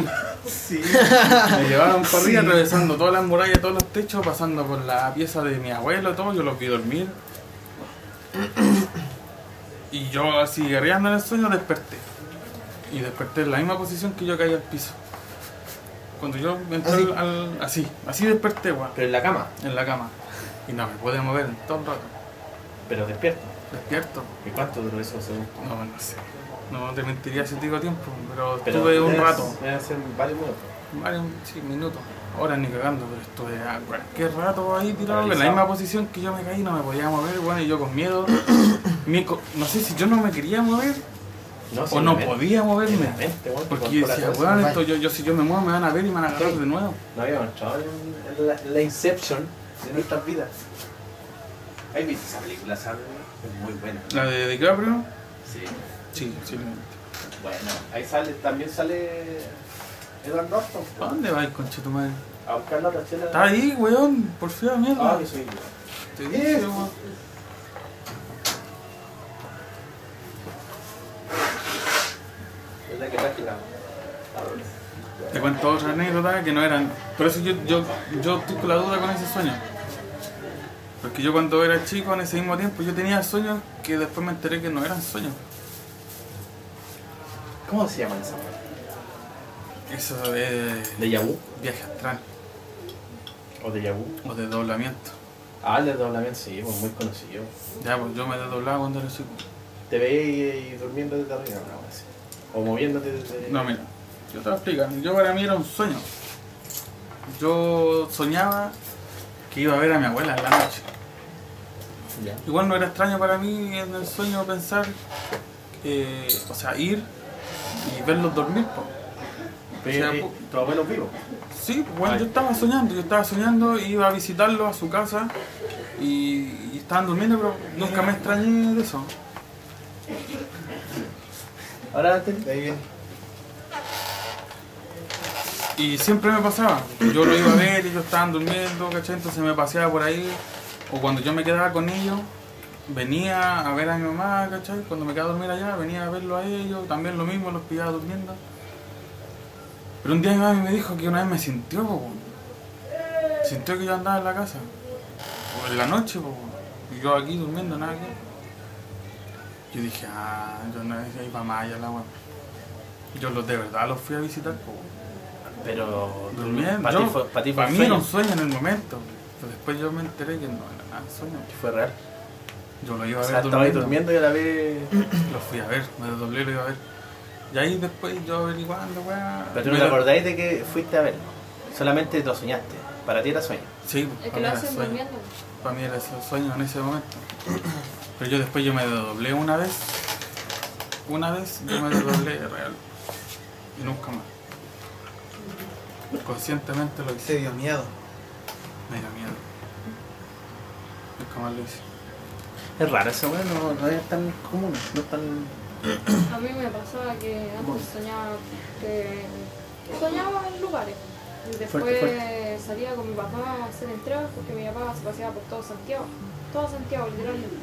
D: Sí.
E: Me llevaron para arriba atravesando todas las murallas, todos los techos, pasando por la pieza de mi abuelo, todo, yo los vi dormir. Y yo así guerreando en el sueño desperté. Y desperté en la misma posición que yo caí al piso. Cuando yo entré
B: ¿Así?
E: al, al- así, así desperté, weón,
D: Pero en la cama.
E: en la cama. Y no me pude mover en todo el rato.
D: Pero despierto.
E: Despierto.
D: ¿Y cuánto duró eso según?
E: No, no sé. No te mentiría si te digo tiempo, pero,
D: Pero
E: estuve un
D: debe-
E: rato,
D: debe ser varios minutos.
E: varios sí, minutos, horas ni cagando, pero estuve a cualquier rato ahí tirado en la
D: Paralizado.
E: misma posición que yo me caí, no me podía mover, bueno, y yo con miedo. Mi co- no sé si yo no me quería mover
D: si
E: o
D: en
E: no
D: la mente-
E: podía
D: en
E: moverme.
D: la mente, weón, te
E: Porque yo
D: controla
E: decía,
D: todo eso.
E: weón, esto yo, yo si yo me muevo me van a ver y me van a agarrar de nuevo.
D: No había entrado en, en la, en la Inception de nuestras vidas. ¿Has visto esa película, Sam? Es muy buena.
E: La de DiCaprio,
D: Sí.
E: sí, sí. la vi.
D: Bueno, ahí sale, también sale Edward Norton.
E: ¿A dónde vas, concha tu madre?
D: A buscar la otra chela.
E: Está ahí, weón, por fin
D: Ah,
E: mierda.
D: que soy yo.
E: Te dije, weón.
D: ¿Verdad que página? Cabrón.
E: Te cuento otra anécdota que no eran. Por eso yo, yo, yo tuve la duda con ese sueño. Porque yo cuando era chico en ese mismo tiempo yo tenía sueños que después me enteré que no eran sueños.
D: ¿Cómo se llama esa? weá?
E: Eso de
D: ¿De Yahoo?
E: viaje astral
D: ¿O de Yahoo?
E: o de doblamiento.
D: Ah, el de doblamiento, sí, pues, muy conocido.
E: Ya, pues yo me desdoblaba cuando era chico.
D: Te veis durmiendo desde arriba, una weá así. O moviéndote desde.
E: No, mira, yo te lo explico. Yo para mí era un sueño. Yo soñaba que iba a ver a mi abuela en la noche.
D: Ya.
E: Igual no era extraño para mí en el sueño pensar, eh, o sea, ir y verlos dormir. po.
D: Pero,
E: O sea,
D: eh,
E: pu-
D: ¿Tu abuelo es vivo?
E: Sí, bueno, yo estaba soñando, yo estaba soñando, iba a visitarlos a su casa y, y estaban durmiendo, pero nunca me extrañé de eso.
D: Ahora eh, adelante. Ahí viene.
E: Y siempre me pasaba. Yo lo iba a ver, ellos estaban durmiendo, ¿cachai? Entonces me paseaba por ahí. O cuando yo me quedaba con ellos, venía a ver a mi mamá, ¿cachai? Cuando me quedaba a dormir allá, venía a verlo a ellos. También lo mismo, los pillaba durmiendo. Pero un día mi mami me dijo que una vez me sintió, po, weón. Sintió que yo andaba en la casa. O en la noche, po, weón. Y yo aquí durmiendo, nada que. Yo dije, ah, yo no dije, ahí va más allá la agua. Yo los de verdad los fui a visitar, po, weón.
D: Pero.
E: Durmiendo.
D: Para ti
E: Yo-
D: fue- para ti fue
E: Para
D: un
E: mí
D: sueño.
E: era un sueño en el momento. Pero después yo me enteré que no era nada de sueño.
D: Fue real.
E: Yo lo iba
D: O
E: a
D: sea,
E: ver
D: estaba ahí durmiendo y a la vez.
E: Lo fui a ver, me desdoblé y lo iba a ver. Y ahí después yo averiguando, weá.
D: Pero tú no
E: me
D: te
E: lo-
D: acordáis de que fuiste a verlo. Solamente lo soñaste. Para ti era sueño.
E: Sí,
G: Es
D: Ah,
E: para
G: que lo
E: mí era
G: hacen
E: sueño.
G: durmiendo.
E: Para mí era ese sueño en ese momento. Pero yo después yo me desdoblé una vez. Una vez yo me desdoblé real. Y nunca más. Conscientemente lo hice.
B: Se dio miedo.
E: Me dio miedo. Nunca más lo hice.
D: Es raro esa weá, no, no es tan común. No es tan.
G: A mí me pasaba que antes soñaba que soñaba en lugares. Y después
D: Fuerte,
G: salía con mi papá a hacer entregas porque mi papá se paseaba por todo Santiago. Todo Santiago, literalmente.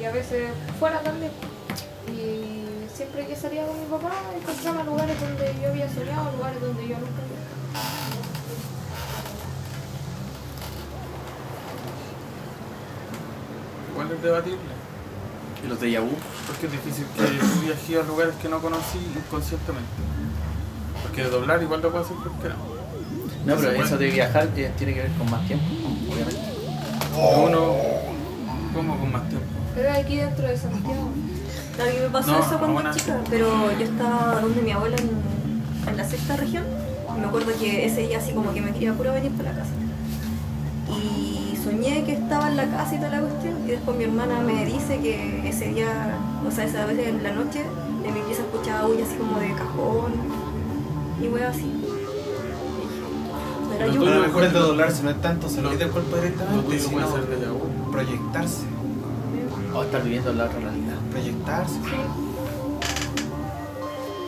G: Y a veces fuera también. Y siempre que salía con mi papá encontraba lugares donde yo había soñado, lugares donde yo nunca había estado.
E: Igual es debatible.
D: ¿Y los de Yahoo?
E: Porque es difícil que yo viaje a lugares que no conocí inconscientemente. Porque doblar igual lo puedo hacer porque no.
D: No, pero eso de viajar eh, tiene que ver con más tiempo, obviamente. Oh.
E: Uno, como con más tiempo.
G: Pero aquí dentro de Santiago.
F: A mí me pasó
E: No,
F: eso cuando
E: aún así.
F: chica, pero yo estaba donde mi abuela en, en la sexta región. y Me acuerdo que ese día así como que me quería puro venir para la casa. Y soñé que estaba en la casa y toda la cuestión. Y después mi hermana me dice que ese día, o sea, esa vez en la noche, en mi pieza escuchaba bulla así como de cajón y weas así. Y dije, "No
E: Pero
F: era yo".
E: tú
B: Pero
E: lo
B: lo mejor es
E: mejor-
B: de doblarse, no es tanto
E: lo-
B: salir del cuerpo
E: Lo
B: directamente,
E: tuyo puede
B: sino
E: ser de Yahoo.
B: proyectarse.
D: O estar viviendo la otra realidad.
B: Proyectarse.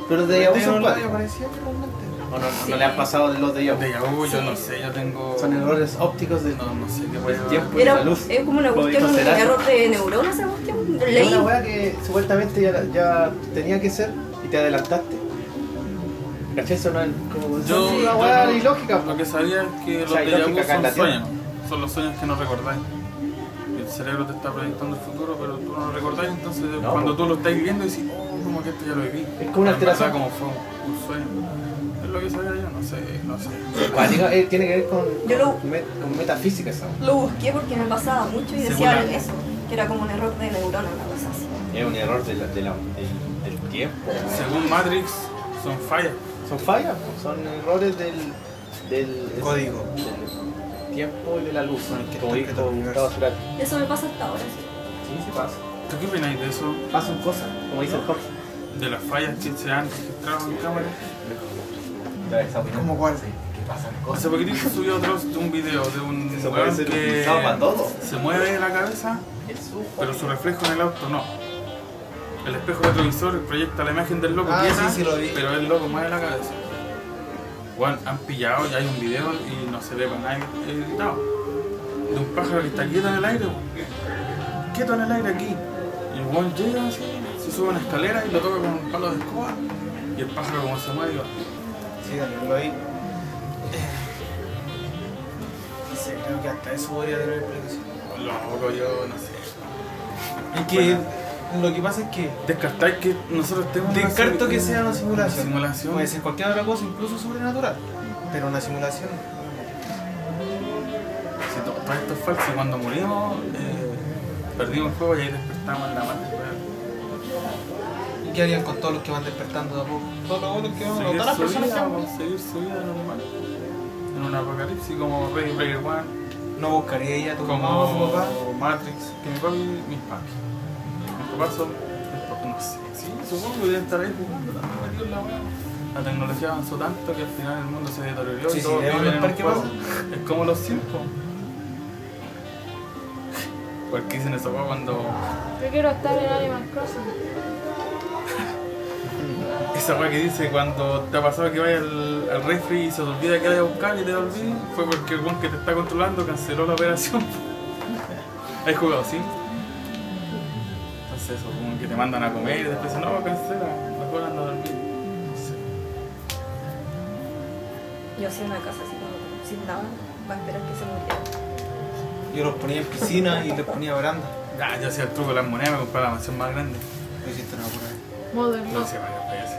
D: Pero los de Yahoo
B: Tengo
D: son
B: un radio
D: cuatro.
B: parecido, realmente.
D: ¿O no,
F: Sí.
D: no le han pasado los de
E: De
D: Yahoo?
E: Yahoo yo no sé, yo tengo...
D: Son errores ópticos de.
E: No, no sé qué
D: Pues
E: hueá.
D: tiempo.
F: Era
D: la luz.
F: es como una
D: Lo
F: cuestión, un
D: desconcertaste.
F: error de neuronas esa cuestión.
D: Es
F: Leí.
D: una weá que supuestamente ya, ya tenía que ser y te adelantaste. ¿Cachai? Eso no es como.
E: Yo,
D: es
E: yo
D: una weá
E: no-
D: ilógica.
E: Lo
D: po.
E: que sabía es que
D: O
E: los
D: sea,
E: de
D: ilógica
E: Yahoo
D: acá en la
E: son
D: Tierra.
E: sueños. Son los sueños que no recordáis. El cerebro te está proyectando el futuro, pero tú no lo recordáis, entonces
D: No,
E: cuando
D: po.
E: tú lo estás viviendo decís, oh, como que esto ya lo viví.
D: Es como una
E: Pero en
D: alteración.
E: verdad, como fue un, un sueño. Es lo que sabía yo, no sé, no sé.
D: Cuático, eh, tiene que ver con,
F: Yo lo-
D: con met- con metafísica esa weá.
F: Lo busqué porque me pasaba mucho y
E: Según
F: decía
E: la-
F: eso, que era como un error de neurona, una cosa así.
D: Es un error de la, de la, del tiempo.
E: Según Matrix, son fallas.
D: Son fallas, pues, son errores del, del
B: Código.
D: del tiempo y de la luz.
B: Con el que
D: como
B: interpreta
D: dijo
B: el universo.
D: Gustavo Cerati.
F: Eso me pasa hasta ahora, sí.
D: Sí, se pasa.
E: ¿Tú qué opináis de eso?
D: Pasan cosas, como dice el Jorge.
E: De las fallas que se han registrado en cámara.
D: Ya esa opinión.
B: ¿Cómo cuál?
D: Que pasan
E: Hace
D: cosas.
E: poquitito subió otro un video de un
D: Eso puede
E: weón
D: ser
E: que
D: utilizado para todo.
E: se mueve la cabeza,
D: El sujo.
E: pero su reflejo en el auto no. El espejo retrovisor proyecta la imagen del loco
B: Ah,
E: que
B: sí,
E: era,
B: sí lo vi.
E: pero el loco mueve la cabeza. Bueno, han pillado, ya hay un video y no se ve para nadie editado. De un pájaro que está quieto en el aire, weón. quieto en el aire aquí. Y el weón llega así, se sube a una escalera y lo toca con un palo de escoba. Y el pájaro como se mueve, va.
B: Sí, dale, lo vi. Eh, no sé, creo que hasta eso podría tener explicación.
E: loco, yo no sé.
B: Es que lo que pasa es que
E: Descartáis que nosotros tenemos una
B: descarto
E: simulación.
B: que sea una simulación.
E: Simulación.
B: Puede ser cualquier otra cosa, incluso sobrenatural. Pero una simulación.
E: Si todo, todo esto es falso, cuando morimos, eh, perdimos el juego y ahí despertamos en la parte real.
B: ¿Y qué harían con todos los que van despertando de a poco? Todos los otros que van
E: Seguir
B: todas las
E: su
B: personas que
E: vida,
B: van-
E: po, seguir su vida normal. En un apocalipsis como Ready Player One,
B: No buscaría ella a tu mamá o a tu papá.
E: como Matrix, que mi papi, mis papis. Mis papás son, mis papás, no sé, sí, supongo que deben estar ahí jugando, también metidos en la hueá. La tecnología avanzó tanto que al final el mundo se deterioró
B: Sí,
E: y
B: sí,
E: todos
B: vean
E: viven
B: los
E: en un
B: parques
E: juego.
B: más.
E: Es como los cinco. ¿Por qué dicen eso pa, cuando
G: Yo quiero estar en Animal Crossing.
E: Esa weá que dice cuando te ha pasado que vayas al, al refri y se te olvida que vayas a buscar y te olvidas, fue porque el weón que te está controlando canceló la operación. ¿Has jugado así? Entonces eso, como que te mandan a comer y después dicen, no, cancela, mejor anda a dormir. No sé.
F: Yo hacía una casa así como sin nada, va a esperar que se muriera.
B: Yo los ponía en piscina y les ponía baranda.
E: Ya, yo hacía el truco de las monedas, me compraba la mansión más grande.
B: No hiciste nada por ahí.
E: Lo
G: Modern
E: hacía varias veces.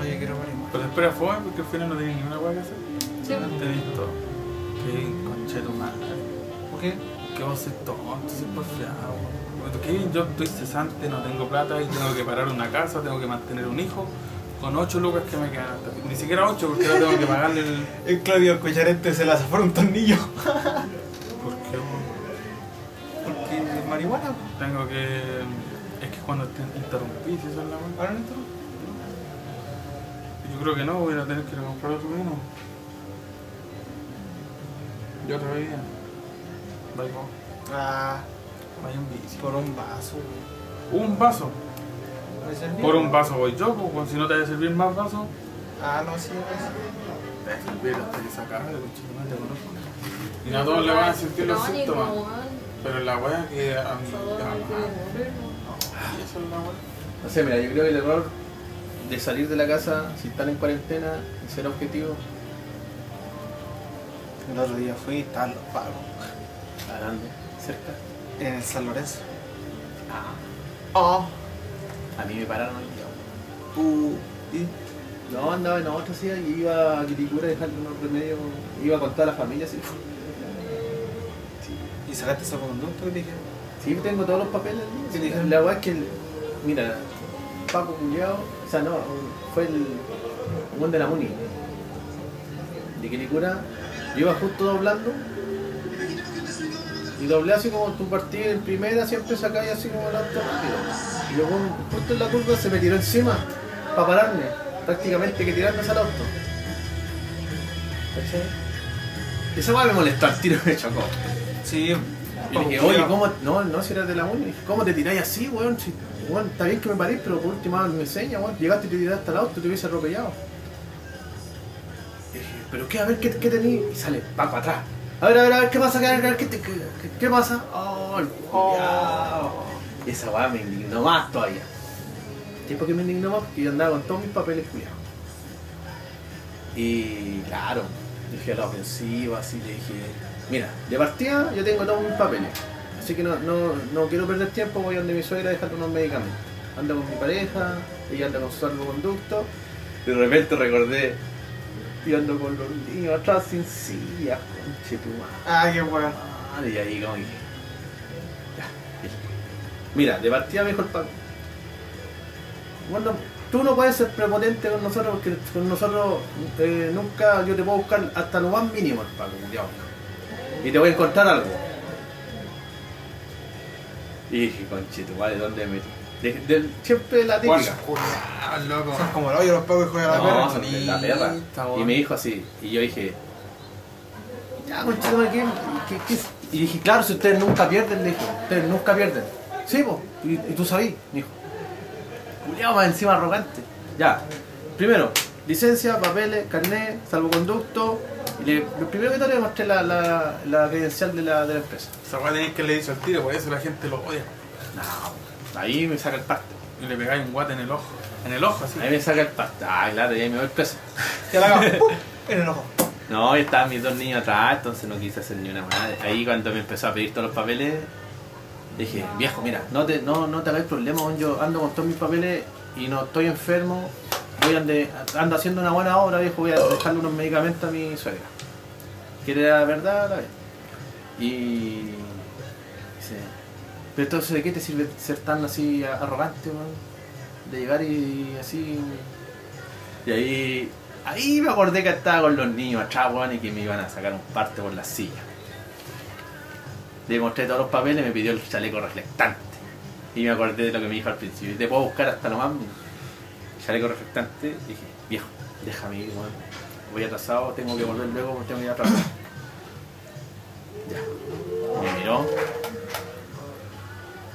B: Oye, quiero marihuana.
E: Pero espera fue porque al final no tenía ninguna weá que hacer.
G: Sí.
E: No tenéis todo. Qué concheto madre.
B: ¿Por qué?
E: ¿Qué vos sois tonto? Soy porfiado. ¿Qué? Yo estoy cesante, no tengo plata y tengo que parar una casa, tengo que mantener un hijo con ocho lucas que me quedan hasta aquí. Ni siquiera ocho porque ahora tengo que pagarle el.
B: El Claudio Collarete se la zafó un tornillo.
E: ¿Por qué? po?
B: Porque es marihuana. po.
E: Tengo que. Es que cuando te interrumpí, si eso es la wea.
B: Ahora no interrumpo.
E: Yo creo que no, voy a tener que ir a comprar otro vino. Y otra bebida. Vaya,
B: Ah,
E: vaya un vicio.
B: por un vaso. güey.
E: Un vaso.
B: ¿Me servía?
E: Por un vaso voy yo, porque si no te voy a servir más vasos.
B: Ah, no, sí, es.
E: Te vas a servir hasta que se acabe, conchetumare, te conozco. Y no a todos le van a sentir los
G: Crónico,
E: síntomas.
G: weón.
E: Pero la weá que a mí.
G: Todos
E: ya,
G: me
E: mamá.
G: quieren morir, weón.
E: Y eso es la weá.
D: No sé, mira, yo creo que el error de salir de la casa si están en cuarentena y ser objetivo,
B: El otro día fui y estaban los pagos.
D: ¿a dónde? Cerca.
B: En el San Lorenzo.
D: Ah,
B: Oh.
D: a mí me pararon el día.
B: Uh. ¿Y?
D: No, andaba en la otra ciudad y iba a Quiticura a dejarle unos remedios. Iba con toda la familia, sí.
B: ¿Y sacaste ese conducto que te dijeron?
D: Sí, tengo todos los papeles. ¿no?
B: ¿Qué dijeron?
D: La verdad es que, el- mira, Paco Culeado, o sea, no, fue el buen de la Muni. De Quilicura, yo iba justo doblando. Y doblé así como tu partida en primera, siempre sacáis así como el auto rápido. Y luego justo en la curva se me tiró encima para pararme. Prácticamente que tirarme al auto. ¿Cachai? Esa weá me molestó, el tiro me chocó.
B: Sí.
D: Y le dije, oye, ¿cómo? No, no, si eras de la uni. Le dije, ¿Cómo te tiráis así, weón? Si- weón, está bien que me parís, pero por última me enseña, weón. Llegaste y te tiraste al auto y te hubiese atropellado. Y dije, pero qué, a ver, ¿qué, qué tení? Y sale, va para atrás. A ver, a ver, a ver, ¿qué pasa? A ver, a ver, ¿qué, te- qué, qué- qué pasa? Oh, el culiao. Y esa weá me indignó más todavía. ¿Sabes por qué me indignó más? Porque yo andaba con todos mis papeles culiados. Y claro, dije a la ofensiva, así le dije, mira, de partida yo tengo todos mis papeles, así que no, no, no quiero perder tiempo, voy a donde mi suegra a dejar unos medicamentos. Ando con mi pareja, ella anda con su salvoconducto, de repente recordé, yo ando con los niños atrás sin sillas, conche tu madre.
B: Ah, qué bueno.
D: Madre, y ahí como que. Ya, listo. Mira, de partida mejor Paco.
H: Bueno, tú no puedes ser prepotente con nosotros porque con nosotros eh, nunca yo te puedo buscar hasta lo más mínimo, Paco, culiao. Y te voy a encontrar algo.
D: Y dije, conchito, ¿de dónde me metí? De-
H: De- siempre la típica.
E: Culiao, loco.
B: Son como el hoyo los pagos que juegan a la
D: No,
B: perra.
D: son de la perra.
B: Está
D: Y
B: bueno.
D: me dijo así. Y yo dije,
H: Ya, conchetumare, ¿qué- qué- qué es? Y dije, claro, si ustedes nunca pierden, le dije, ustedes nunca pierden. Sí, po, y, y tú sabí, me dijo. Culeado más encima arrogante. Ya, primero, licencia, papeles, carnet, salvoconducto. Y le, lo primero que todo le mostré la, la, la credencial de la, de la empresa.
E: Esa weá tenéis que le dicho al tiro, por eso la gente lo odia.
D: ahí me saca el pacto.
E: Y le pegáis un guate en el ojo. En el ojo, así.
D: Ahí me saca el pacto. Ah, claro, ya me voy preso.
B: Que la haga ¡pum! en el ojo.
D: No, y estaban mis dos niños atrás, entonces no quise hacer ni una madre. Ahí cuando me empezó a pedir todos los papeles, dije, viejo, mira, no te, no, no te hagáis problema, weón, yo ando con todos mis papeles y no estoy enfermo, voy ande- ando haciendo una buena obra, viejo, voy a dejarle unos medicamentos a mi suegra. Que era la verdad, la vez. Y dice, pero entonces de qué te sirve ser tan así a- arrogante, weón? De llegar y así. Y ahí Ahí me acordé que estaba con los niños atrás, weón, y que me iban a sacar un parte por la silla. Le mostré todos los papeles y me pidió el chaleco reflectante. Y me acordé de lo que me dijo al principio. Te puedo buscar hasta lo más mínimo". chaleco reflectante. Y dije, viejo, déjame ir, weón. Voy atrasado, tengo que volver luego porque tengo que ir atrasado. Ya. Me miró.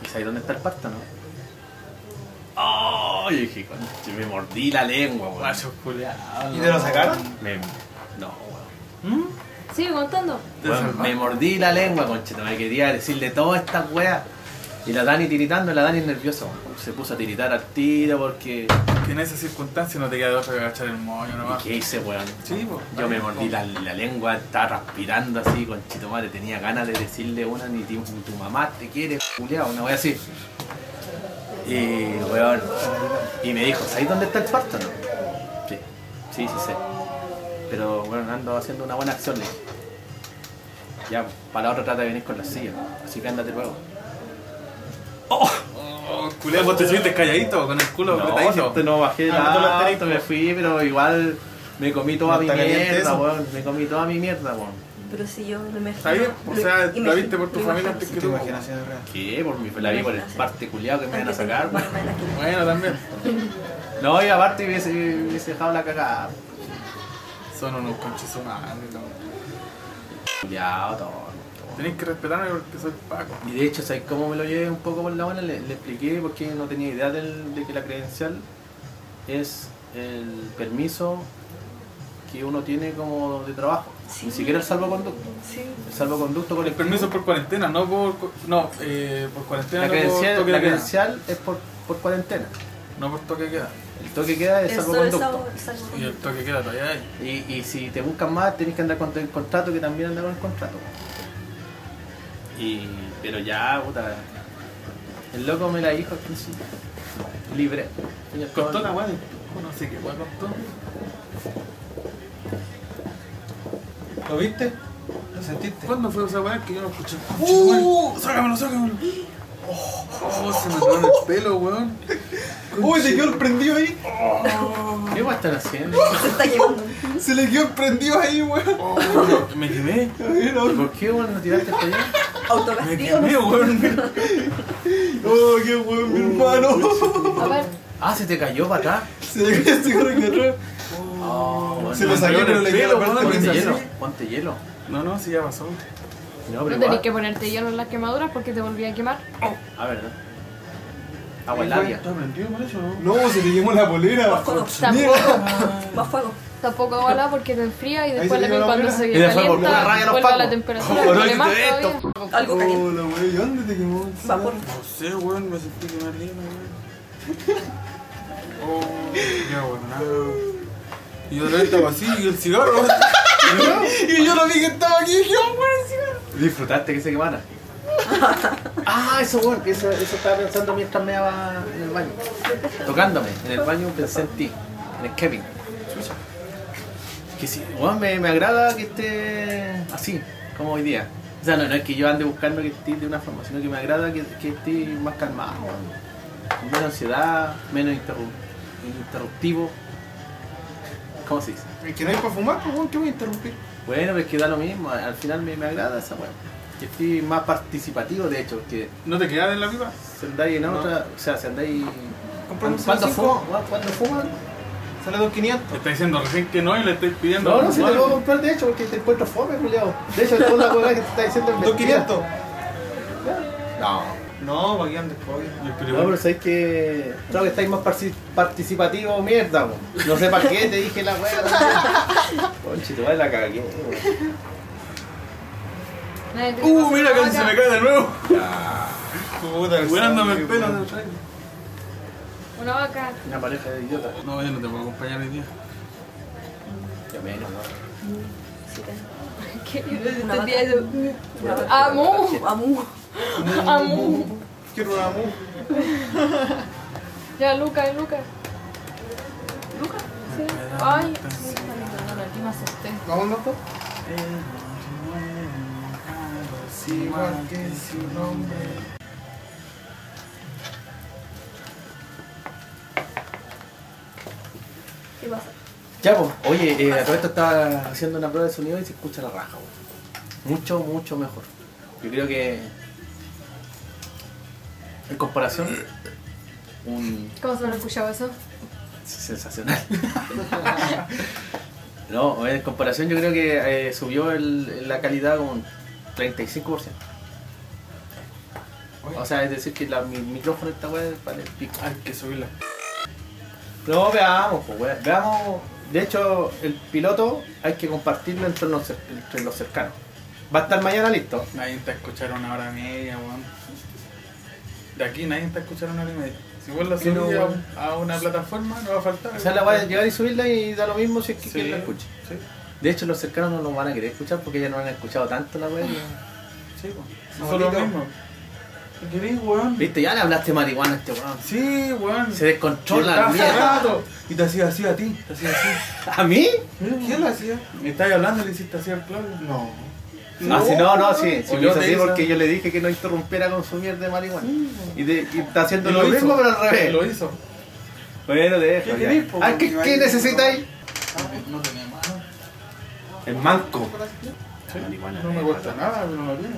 D: ¿Y sabes dónde está el parto, no? ¡Oh! Yo dije, "Conche, me mordí la lengua, weón.
E: Guacho, culiao.
B: ¿Y te lo sacaron?
D: Me- no, weón.
G: Sigue contando.
E: Te
D: Weón,
E: salvaste.
D: me mordí la lengua, conchito. Me quería decirle todas estas weas. Y la Dani tiritando, la Dani nerviosa. weón. Se puso a tiritar al tiro porque.
E: Que en esas circunstancias no te queda de otra que agachar el moño
D: ¿Y
E: nomás.
D: qué hice, weón?
E: Sí, pues.
D: Yo me mordí la, la lengua, estaba respirando así, conchito madre. Tenía ganas de decirle una, ni tu, ni tu mamá te quiere, culiao, una wea así. Y, weón. Y me dijo, ¿sabes dónde está el parto? no?" Sí, sí, sí, sé. Pero, bueno, ando haciendo una buena acción, le dije. Ya, para la otra trata de venir con la silla. Así que ándate luego.
E: Oh, culiao, vos te subiste calladito, con el culo
D: No,
E: apretadísimo.
D: no, te- no bajé
B: Ah, no te lo
D: nada,
B: asterisco.
D: me fui, pero igual me comí toda
B: No
D: mi
B: está caliente
D: mierda,
B: eso.
D: weón. Me comí toda mi mierda, weón.
F: Pero si yo lo imagino.
E: Está bien, o
F: lo
E: sea, la
F: imagino-
E: viste por tu
F: lo
E: familia
F: imagino,
E: antes
F: sí.
B: Si tu imaginación es real.
D: ¿Qué? Por mi, la vi por el parte culiado que me van a sacar, weón.
F: Me la quito.
E: Bueno, también.
D: No, y aparte hubiese, hubiese dejado la cagada.
E: Son unos conches humanos.
D: Culiado, todo. todo.
E: Tenéis que respetarme porque soy Paco.
D: Y de hecho, ¿sabes cómo me lo llevé un poco por la buena? Le, le expliqué porque no tenía idea del- de que la credencial es el permiso que uno tiene como de trabajo. Ni
F: Sí.
D: siquiera el salvoconducto.
F: Sí.
D: El salvoconducto con
E: El permiso por cuarentena, no por. cu- No, eh, por cuarentena.
D: La
E: no por
D: credencial,
E: toque
D: la
E: de queda.
D: credencial es por, por cuarentena.
E: No por toque de queda.
D: El toque queda es
F: Es solo el
D: salvoconducto.
F: sabor- el
E: Y el
F: salvoconducto.
E: toque de queda todavía hay.
D: Y, y si te buscan más, tenés que andar con el contrato, que también anda con el contrato. Y, pero ya, puta. El loco me la dijo al principio. Libre.
E: Costó la weá. No sé qué weá costó.
B: ¿Lo viste? ¿Lo sentiste?
E: ¿Cuándo fue esa weá que yo no escuché? ¡Uh! ¡Sácamelo, sácamelo! Oh, se me quedó en el pelo, weón.
B: ¡Uy, se quedó el prendido ahí!
D: ¿Qué va a estar haciendo?
F: Se está llevando.
B: ¡Se le quedó el prendido ahí, weón!
E: Oh, me quemé.
D: ¿Y ¿Por qué vos no tiraste para allá?
E: Me
F: Autocastigo.
E: quemé, weón.
B: ¡Oh, qué weón, mi hermano!
G: A ver,
D: Ah, se te cayó para atrás.
B: Se le quedó se quedó el carro.
D: Oh, bueno,
B: Se lo saqué,
E: me
B: pero le
E: quedó
B: quedó
E: el
B: la parte
E: pelo,
B: que
D: Ponte
E: weón,
B: se
D: hielo,
B: hace.
D: ponte hielo.
E: No, no, sí ya pasó.
D: No, pero
G: no
D: igual.
G: tenés que ponerte hielo en las quemaduras porque te volví a quemar.
D: Ah, verdad. Agua helada.
E: ¿Está prendido por eso? no?
B: No, se le quemó la polera.
F: Más fuego.
G: Tampoco,
E: Ah.
F: Más fuego.
G: tampoco agua helada porque te enfría y
B: se
G: después la
B: le
G: piel
B: quedó la
G: cuando
B: pera.
G: se
D: Y después volvió la raya a
G: calienta
D: los pacos.
G: vuelve a la temperatura.
D: Oh,
G: y
D: no,
G: duele más
D: hiciste
G: todavía.
F: Algo caliente.
B: Hola, weón, ¿y dónde te quemó?
F: Vapor.
E: No sé, weón, me sentí quemar hielo, weón. Oh, ya, weón, nada. Y yo le estaba así, y el cigarro.
B: Y yo lo vi que estaba aquí, yo, weón.
D: ¿Disfrutaste que se quemara? ah, eso bueno, que eso, eso estaba pensando mientras me daba en el baño. Tocándome, en el baño pensé en ti, en el Kevin. Chucha. Que sí, bueno, me, me agrada que esté así, como hoy día. O sea, no, no es que yo ande buscando que esté de una forma, sino que me agrada que, que esté más calmado, weón. con menos ansiedad, menos interrupción. interruptivo. ¿Cómo se dice?
B: Es que no hay para fumar, pues weón, que voy a interrumpir.
D: Bueno, pues que da lo mismo, al final me, me agrada esa weá. Que estoy más participativo, de hecho, que
E: ¿No te quedas en la pipa?
D: si andáis en
B: No.
D: otra, o sea, si andáis...
B: Compramos
D: ¿Cuándo
B: 05,
D: fuman? ¿Cuándo fuman?
B: Sale 2500.
E: Te está diciendo recién que no y le estoy pidiendo.
D: No, no, si te lo voy a
E: algo.
D: comprar, de hecho, porque te encuentro fome, culiao. De hecho, toda la weá que te está diciendo es mentira.
B: 2500.
D: No.
B: No, para que andes, COVID.
E: Yo
D: No,
E: escribo.
D: pero sabéis que. Claro que estáis más parci- participativo, mierda, po. No sé para qué te dije la weá. Conche, te va la cagué, weón.
G: Nadie te
E: Uh,
G: pasa
E: mira
G: nada
E: que se
G: acá.
E: me cae de nuevo.
B: Puta, el
E: Curándome
B: zombie,
E: el pelo
B: weón.
E: del trailer.
G: Una vaca.
D: Una pareja de idiotas.
E: No, yo no te puedo acompañar hoy día.
D: Ya menos, weón.
F: eh. Una vaca.
I: Entendía eso.
G: Amú.
F: Amú.
G: Amú.
B: Quiero una mu.
G: Ya, Luca, eh, Luca.
I: Lucas,
G: Sí.
E: da
G: Ay.
E: tanta
G: sí.
I: perdón, aquí me asusté.
B: ¿Vamos, loco? Eh,
F: ¿Qué pasa?
D: Ya, pues. Oye, eh, a todo esto estaba haciendo una prueba de sonido y se escucha la raja, weón. Mucho, mucho mejor. Yo creo que. En comparación, un
I: ¿Cómo se habrá escuchado eso?
D: Sensacional. no, en comparación yo creo que eh, subió el- la calidad un 35%. O sea, es decir que la, mi micrófono esta weá es para el pico.
E: Hay que subirla.
D: No, veamos, pues weá, veamos. De hecho, el piloto hay que compartirlo entre los, cer- entre los cercanos. Va a estar mañana listo.
E: Nadie te escuchar una hora y media, weón. De aquí nadie te escuchar una hora y media. Si vos la subís
D: Pero,
E: a-
D: weón.
E: a, una plataforma, no va a faltar.
D: O sea, la voy a llegar y subirla y da lo mismo si es que quien la escuche.
E: Sí,
D: De hecho, los cercanos no lo van a querer escuchar porque ya no han escuchado tanto la weá. y-
E: sí, weón.
B: No,
E: Son lo
B: bonito.
E: mismo. ¿Qué querés, weón?
D: Viste, ya le hablaste marihuana a este weón.
E: Sí, weón.
D: Se
E: Y
D: descontrola la
E: estaba
D: mierda.
E: cerrado. Y te hacía así a ti, te hacía así.
D: ¿A mí?
B: ¿Quién la hacía?
E: Me estáis hablando y le hiciste así al Claudio.
B: No.
D: No, Ah, sí, no, no, sí. sí
E: O
D: me
E: yo
D: hizo
E: te
D: así
E: hice.
D: porque yo le dije que no interrumpiera con su mierda de marihuana. y, de- y está haciendo
E: Y
D: lo, mismo, pero al
E: Y
D: revés.
E: Lo hizo.
D: Bueno, deja.
B: ¿Qué
D: ya.
B: querés, po,
D: Ah, ¿qué,
B: weón?
D: qué necesitáis?
E: No tenía mano.
D: El manco.
E: No me cuesta nada, pero no tiene.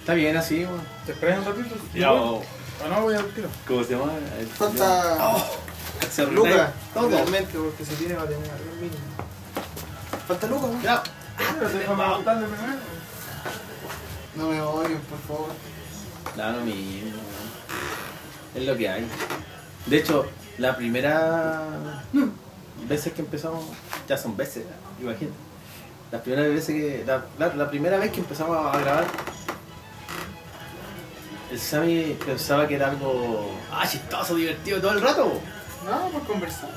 D: Está bien así, weón.
E: ¿Te esperas un ratito?
D: Ya,
E: weón.
D: o-
E: Ah, no, voy al tiro.
D: ¿cómo se llama? El-
B: Falta
D: Se arruinó
B: Luca.
D: todo.
B: Realmente, porque se tiene para terminar el mínimo. Falta Ah, Luca, weón.
D: Ya.
E: Pero déjame aguantarle primero.
B: No me odien, por favor.
D: Da lo mismo, weón. Es lo que hay. De hecho, la primera veces que empezamos, ya son veces, imagínate. La primera vez que. La, la- la primera vez que empezamos a grabar, el Sammy pensaba que era algo. Ah, chistoso, divertido todo el rato. po.
B: No, por conversar.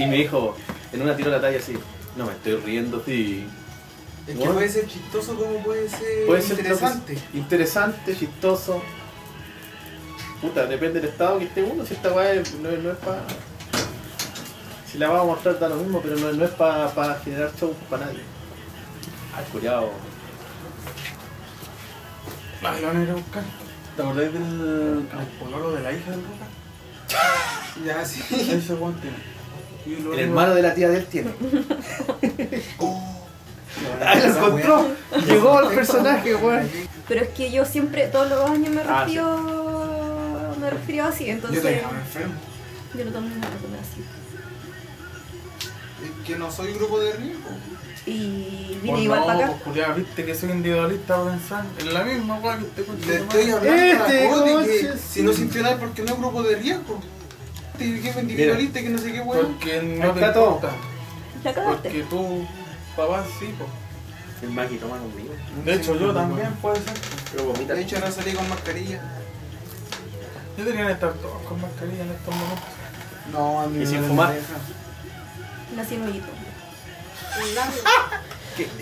D: Y me dijo, en una tiro la talla así, no me estoy riendo sí.
B: Es que
D: Bueno.
B: puede ser chistoso como puede ser,
D: Puede ser
B: interesante.
D: interesante. Interesante, chistoso. Puta, depende del estado que esté uno. Si esta weá es- no, no es para. Si la vamos a mostrar da lo mismo, pero no, no es para generar show para nadie. Al curiado.
E: Ay, lo van a ir a buscar. ¿Te acordáis del del pololo de la hija del Lucas?
B: Ya, sí.
E: Ese weón tiene. Y lo
D: El
E: digo-
D: hermano de la tía de él tiene.
B: Ah,
D: lo encontró. Llegó el personaje, weón.
F: Pero es que yo siempre, todos los años me
D: Ah,
F: refiero. Me refiero así,
B: Yo
F: entonces.
B: te llamo enfermo.
F: Yo no también me lo tomé así.
B: Es que no soy grupo de riesgo.
F: Y
E: Pues
F: vine igual
E: no,
F: para acá.
E: pues, culiao, viste que soy individualista para pensar. En la misma weá que te cuento.
B: Le estoy hablando
D: Este
B: a la Coti
D: coche,
B: que
D: sí.
B: si no sintió nada porque no es grupo de riesgo. Este jefe individualista que no sé qué weón.
E: Porque
D: Ahí
E: no te
D: está todo.
E: importa.
F: La
E: Porque
F: cagaste.
E: tú, papá, sí, po.
J: El maqui toma conmigo.
E: De hecho, yo también puede ser.
J: Pero vomita.
B: De hecho, no salí con mascarilla.
E: Yo tenía que estar todos con mascarilla en estos momentos.
B: No, a mí
D: Y
B: me
D: sin
B: duele
D: fumar.
B: la oreja.
F: Nací en hoyito.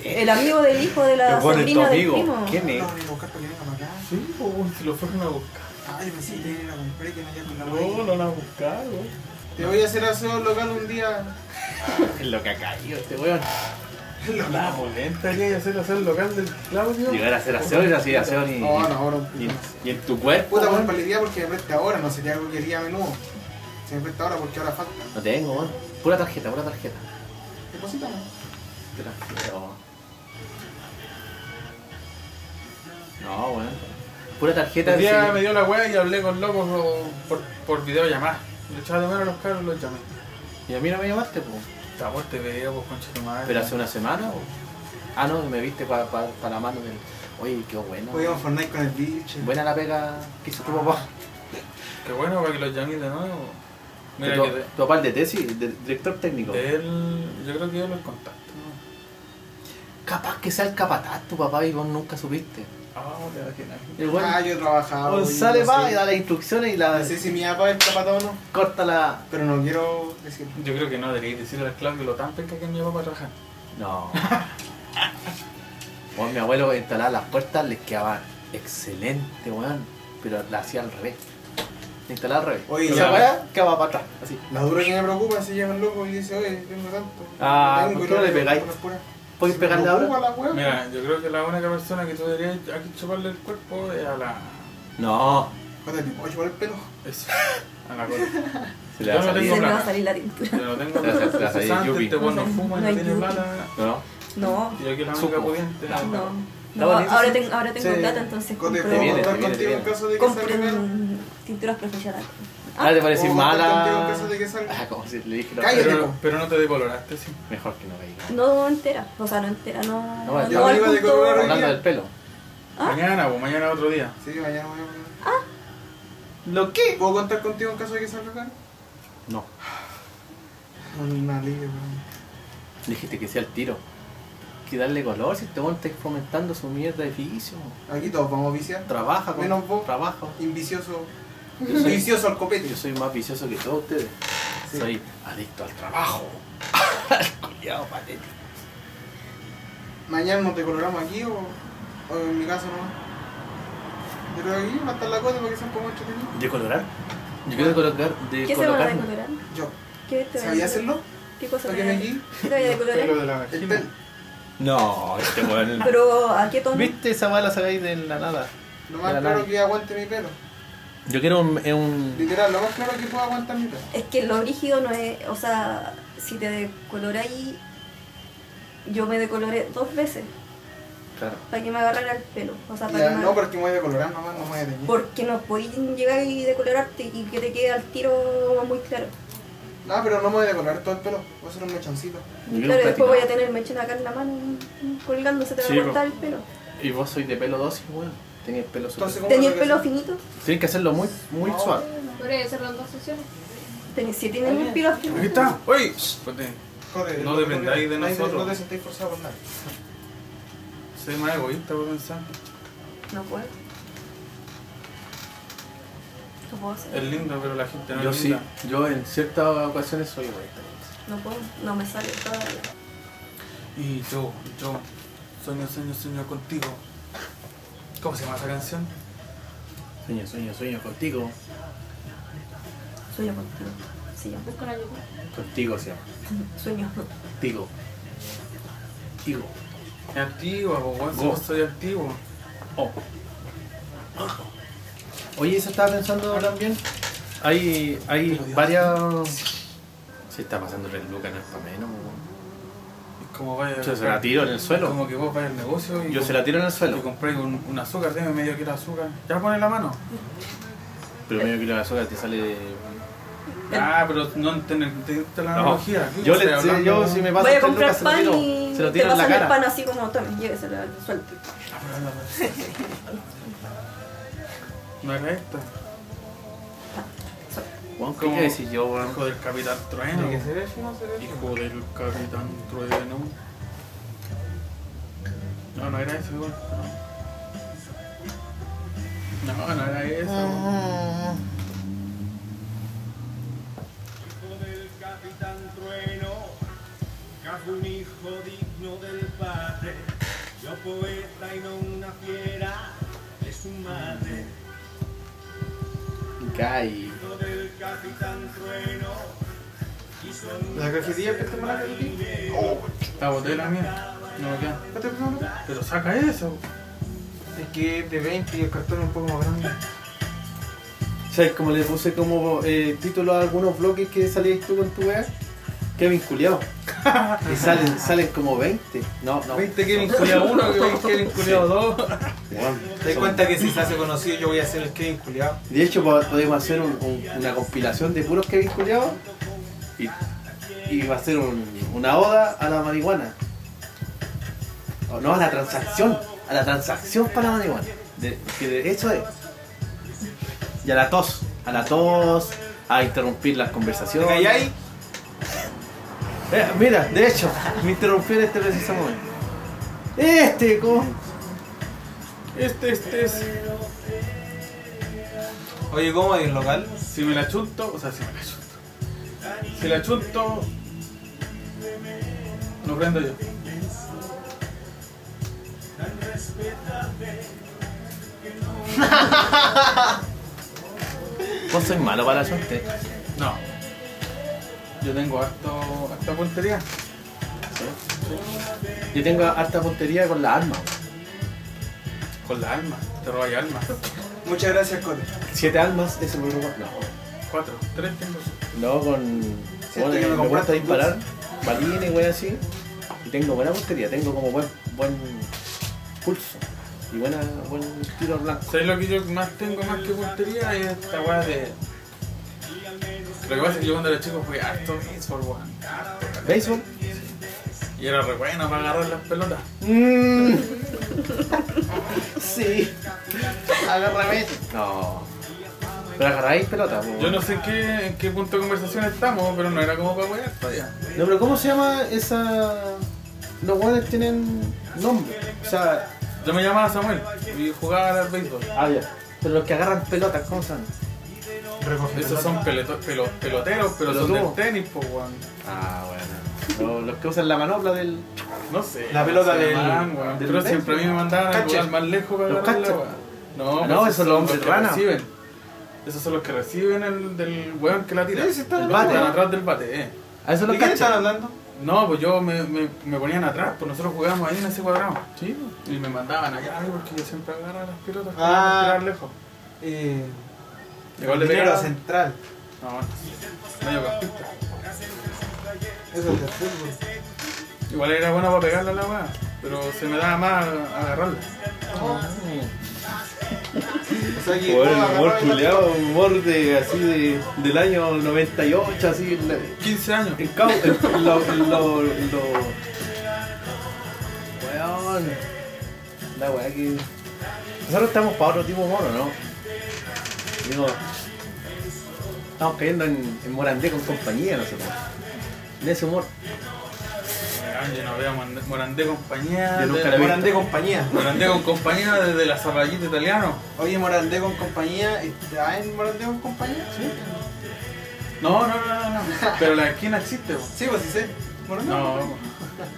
F: El amigo del hijo de la sobrina Ah, del primo.
D: ¿Quién es?
B: No, voy a buscar para que venga para acá.
E: Sí, po, weón, si lo fueron a buscar.
B: Ay, me siento bien, la compré que no haya con la
E: No,
B: weón.
E: lo van a buscar, weón.
B: Te voy a hacer aseo local un día.
D: Es lo que ha caído este weón.
E: La polenta que hay que hacer hacer el local del Claudio.
D: Llegar a hacer aseo y así aseo ni.
B: No, no, ahora un
D: ni-
B: poquito más.
D: ni en tu cuerpo.
B: Puta, pues, por
D: weón.
B: palidad porque me preste ahora, no sería algo que quería a menudo. Se me cuenta ahora porque ahora falta.
D: No tengo, weón. Pura tarjeta, pura tarjeta.
B: Deposítame.
D: Te la creo. No, weón. Pura tarjeta.
E: El día
D: sí.
E: me dio la wea y hablé con locos o, por, por videollamada. Le echaba de menos a los caros y los llamé.
D: Y a mí no me llamaste, pues.
E: Está bueno, te veo, pues concha tu madre.
D: Pero hace una semana, o... Ah, no, me viste para la mano del. Oye, qué bueno.
B: Juguemos Fortnite con el bicho.
D: Buena la pega que hizo tu papá.
E: Qué bueno para que los llaméis de nuevo. Mira
D: tu,
E: que de,
D: tu papá es de tesis, de- director técnico.
E: de él, yo creo que yo los contacto.
D: Capaz que sea el capataz tu papá y vos nunca supiste.
E: Ah, te imaginas.
D: El weón
B: Ah, yo trabajaba.
D: González Pues, va y da
B: dale.
D: las instrucciones y
B: No
D: la
B: sé si mi papá es capataz o no,
D: corta la.
B: pero no quiero decirlo.
E: Yo creo que no deberíais decirle al Claudio lo tan penca que es mi papá para trabajar.
D: No. Bueno, mi abuelo instalaba las puertas, les quedaba excelente, weón. Pero la hacía al revés. La instalaba al revés.
B: Oye,
D: Esa
B: ya.
D: weá quedaba para atrás, así.
B: La dura que me preocupa si llega el loco y dice, oye, tengo tanto.
D: Ah,
B: Tengo
D: ¿por
B: y
D: qué no le
B: tengo,
D: pegáis?
B: por las puras.
D: ¿Puedes
B: Si me
D: pegarle ahora?
B: preocupa la wea.
E: Mira, yo creo que la única persona que tú deberías aquí chuparle el cuerpo es a la.
D: No.
B: Cuando te puedo chupar el pelo.
E: es- a la cola.
D: Se le
E: Yo
D: va a
E: no
D: salir.
F: Se me va
E: plata.
F: a salir la tintura.
E: Yo no tengo
D: Te vas a- te vas a ir,
E: Antes
D: Yupi.
E: este weón no fuma,
F: No
E: no
F: hay
E: tiene
F: Yupi.
E: plata.
D: No.
F: No,
E: Y aquí la única
D: Supo.
E: pudiente.
D: No.
F: Ah, no.
D: Está
F: No,
D: bonito,
F: ahora,
D: sí.
F: tengo, ahora tengo
D: Sí.
F: plata, entonces
B: Cote,
F: compro,
B: puedo
D: viene,
B: contar
D: te viene,
B: contigo
D: te
B: en
D: viene.
B: caso de este que salga bien.
F: compren tinturas profesionales. Ah,
D: Ahora Ah, te parece
B: ¿Puedo contar contigo en
D: mala.
B: caso de Oh, que salga?
D: Ah, como si le dije la
B: Cállate,
E: Pero,
B: po.
E: pero no te decoloraste, sí.
D: Mejor que no caiga.
F: No entera, o sea, no entera, no.
D: No,
F: no
D: yo
F: al
B: iba de
F: punto-
B: color hoy.
D: Hablando del pelo.
F: ¿Ah?
E: Mañana, o mañana otro día.
B: Sí, mañana voy a poner.
D: ¿Lo qué?
B: ¿Puedo contar contigo en caso de que salga acá?
D: No.
B: Una liga, weón.
D: Dijiste que sea el tiro. Que darle color si este weón está fomentando su mierda de vicio.
B: Aquí todos vamos a viciar.
D: Trabaja con.
B: Menos vos.
D: Trabaja.
B: Invicioso.
D: Yo soy-
B: Vicioso al copete.
D: Yo soy más vicioso que todos ustedes.
B: Sí.
D: Soy adicto al trabajo. Cuidado, patético.
B: Mañana nos decoloramos aquí o, o en mi casa nomás. Pero aquí va a estar la cosa para que sean como entretenidos.
D: ¿De colorar? Yo quiero colocar. De
F: ¿Qué se van a
D: colocar.
F: decolorar?
B: Yo.
F: ¿Qué te voy a
B: ¿Sabía hacerlo?
F: ¿Qué cosa
B: ¿Lo
F: te
B: que
F: voy
B: me
F: a
B: aquí?
F: ¿Qué te voy a decolorar?
E: de la
B: El tel.
D: No, este weón.
F: Pero, ¿a qué tono?
D: ¿Viste esa bala sacáis de la nada?
B: Lo más
D: La
B: claro
D: nave.
B: que aguante mi pelo.
D: Yo quiero un. eh, un-
B: Literal, lo más claro que pueda aguantar mi pelo.
F: Es que lo rígido no es. O sea, si te decoloráis. Yo me decoloré dos veces
D: Claro.
F: para que me agarrara el pelo. O sea, para
B: Ya,
F: que me-
B: no, porque me voy a decolorar nomás, no me voy a teñir.
F: Porque no podéis llegar y decolorarte y que te quede al tiro muy claro.
B: No, pero no me voy a decolorar todo el pelo. Voy a hacer un mechoncito.
D: Yo quiero
F: Claro,
D: un
F: después voy a
D: platinado.
F: tener mechón acá en la mano mm, colgándose, te va
D: Sí,
F: a cortar el pelo.
D: Y vos sois de pelo dócil, weón. Tenía el pelo
B: Entonces,
D: súper.
B: ¿cómo
F: ¿Tenía
B: lo
F: el
B: que
F: pelo
B: hacer?
F: finito?
D: Tienes que hacerlo muy, muy suave.
G: Podría hacer las dos sesiones.
F: Tenía, si tienen el pelo finito.
E: Aquí está. ¡Uy! Ponte.
B: Corre,
E: No
B: lo
E: dependáis de
B: decoloráis, no-
E: nosotros.
B: No te sentáis forzado por nada.
E: Soy más egoísta por pensar.
F: No puedo. No puedo hacer.
E: Es lindo, pero la gente no
D: Yo
E: es
D: sí.
E: linda.
D: Yo en ciertas ocasiones soy egoísta.
F: No puedo. No me sale todavía.
E: Y yo, yo, sueño, sueño, sueño contigo. ¿Cómo se llama esa canción?
D: Sueño, sueño, sueño contigo.
F: Sueño contigo. Sí, yo.
G: Buscan a YouTube.
D: Contigo se llama.
F: Sueño.
D: Tigo. Tigo.
E: Es activa, po, weón, si
D: Go.
E: no soy activo.
D: Oh. Oye, eso estaba pensando también. Hay, hay varias. Se está pasando el Luca, no es para menos. weón.
E: Es como vaya.
D: Yo se la tiro en el suelo.
E: Como que vos vayas al negocio y.
D: Yo se la tiro en el
E: Y
D: suelo.
E: compré un, un azúcar, dime medio kilo de azúcar. ¿Ya pones la mano?
D: Pero medio kilo de azúcar te sale.
E: Ah, pero no entendiste la
D: No.
E: analogía. ¿Qué
D: Yo,
E: estoy
D: le, si,
E: hablando?
D: yo si me pasa
F: Voy a
D: el
F: comprar
D: Lucas, se lo
F: pan
D: tiro-
F: y
D: se lo
F: te
D: tiro en la
F: pasan el pan
D: cara.
F: así como tomen, lléveselo, suelto.
E: No era esta.
D: Weón, ¿Qué
E: Como-
D: quiere decir yo, weón?
E: Hijo del capitán trueno.
B: Tiene que ser eso, no ser eso.
E: Hijo del capitán trueno. No, no era eso, igual. No, no, no era eso.
K: hijo del capitán trueno, casi un hijo digno del padre, yo poeta y no una fiera de su madre,
D: Gai.
K: hijo del capitán trueno, quiso
B: La cajetilla que te mala que Oh.
E: La botella mía. No me queda.
B: ¿Qué te pasó, loco?
E: Pero saca eso.
B: Es que es de 20 y el cartón es un poco más grande.
D: ¿Sabes cómo le puse como eh, título a algunos bloques que salís tú con tu wea? Kevin Culeado. y salen, salen como 20. No, no.
B: 20 Kevin Culeado 1, Kevin Culeado
D: Weón,
B: 2. Te
D: son-
B: das cuenta que si se hace conocido yo voy a hacer el Kevin Culeado.
D: De hecho, po- podemos hacer un- un- una compilación de puros Kevin Culeados y, y va a ser un- una oda a la marihuana. O no, a la transacción. A la transacción para la marihuana. De- que de- eso es. Y a la tos. A la tos, a interrumpir las
B: ¿Te
D: conversaciones.
B: calláis?
D: Eh, mira, de hecho, me interrumpió en este preciso momento. Este, ¿cómo?
E: Este, este es.
B: Oye, ¿cómo hay un local?
E: Si me la chunto, o sea, si me la chunto. Si la chunto, no prendo yo.
D: Vos sois malo para la suerte.
E: No. Yo tengo harto, harta puntería.
D: Yo tengo harta puntería con las armas.
E: Con la alma. Te robáis alma.
B: Muchas gracias, Cote.
D: Siete armas, ese número cuatro.
E: Cuatro, tres tengo.
D: No, no con. con
B: que me
D: me
B: compraste
D: gusta disparar balines, wey así. Y tengo buena puntería, tengo como buen, buen pulso. Y buena, buen tiro blanco.
E: ¿Sabes lo que yo más tengo más que puntería? Es esta weá de. Lo que pasa es que yo cuando era chico fui harto baseball, weón. Harto, caleta.
D: ¿Béisbol?
E: Y era re bueno para agarrar las pelotas.
D: Mmm. sí. Agárrame. No. Pero agarráis pelota, po.
E: Yo no sé en qué, en qué punto de conversación estamos, pero no era como para wear todavía.
D: No, pero ¿cómo se llama esa. Los guanes tienen nombre. O sea,
E: Yo me llamaba Samuel y jugaba al béisbol.
D: ah, ya. Pero los que agarran pelotas, ¿cómo se llaman?
E: Esos son peleto- pelo- peloteros, pero son del
D: Pelotudo.
E: tenis, pues, weón.
D: Ah, bueno. Los, los que usan la manopla del.
E: No sé.
B: La pelota
E: Se
B: del-
E: llaman, weón.
D: del
E: Pero
D: béisbol.
E: siempre a mí me mandaban a
B: Catcher.
E: jugar más lejos para
D: Los
E: agarrarla,
D: catcher.
E: weón. No,
D: Ah,
E: pues
D: no, esos
E: esos
D: son
E: son
D: hombres
E: los que
D: rana.
E: reciben. Esos son los que reciben el del weón que la tira.
B: Sí, sí, está
E: Los
D: bien.
E: que están
D: Bate.
E: atrás del bate, eh.
D: A eso
B: ¿De
D: los
B: qué están
D: cachan.
B: hablando?
E: No, pues yo me, me, me ponían atrás, pues nosotros jugábamos ahí en ese cuadrado. Sí. Y me mandaban allá, ay, porque yo siempre agarraba las pelotas
B: Ah.
E: para tirar lejos.
B: Eh,
E: Igual le
B: dinero
E: pegaba.
D: ¿eh?
B: central.
E: No, mediocampista.
B: Eso es de fútbol.
E: Igual era bueno para pegarla a la weá, pero se me daba más agarrarla.
B: O sea, que
D: Bueno,
B: todo
D: el humor
B: agarrado y-
D: culeado, humor de así de, del año 98, así en, la-
E: 15 años.
D: en cau- en lo, en lo, en lo- Weón. La weá que. Nosotros estamos para otro tipo de humor, ¿o ¿no? Digo. Estamos cayendo en, en Morandé con compañía nosotros. En ese humor.
E: Weón, Yo no veo Mande- Morandé compañía.
D: Yo nunca
E: de-
D: la he visto.
B: Morandé compañía.
E: Morandé con compañía desde la zapallita italiano.
B: Oye, Morandé con compañía. ¿Está en Morandé con compañía? Sí.
E: No, no, no, no, no. Pero la esquina existe, weón.
B: Sí, pues sí sé. Morandé.
E: No.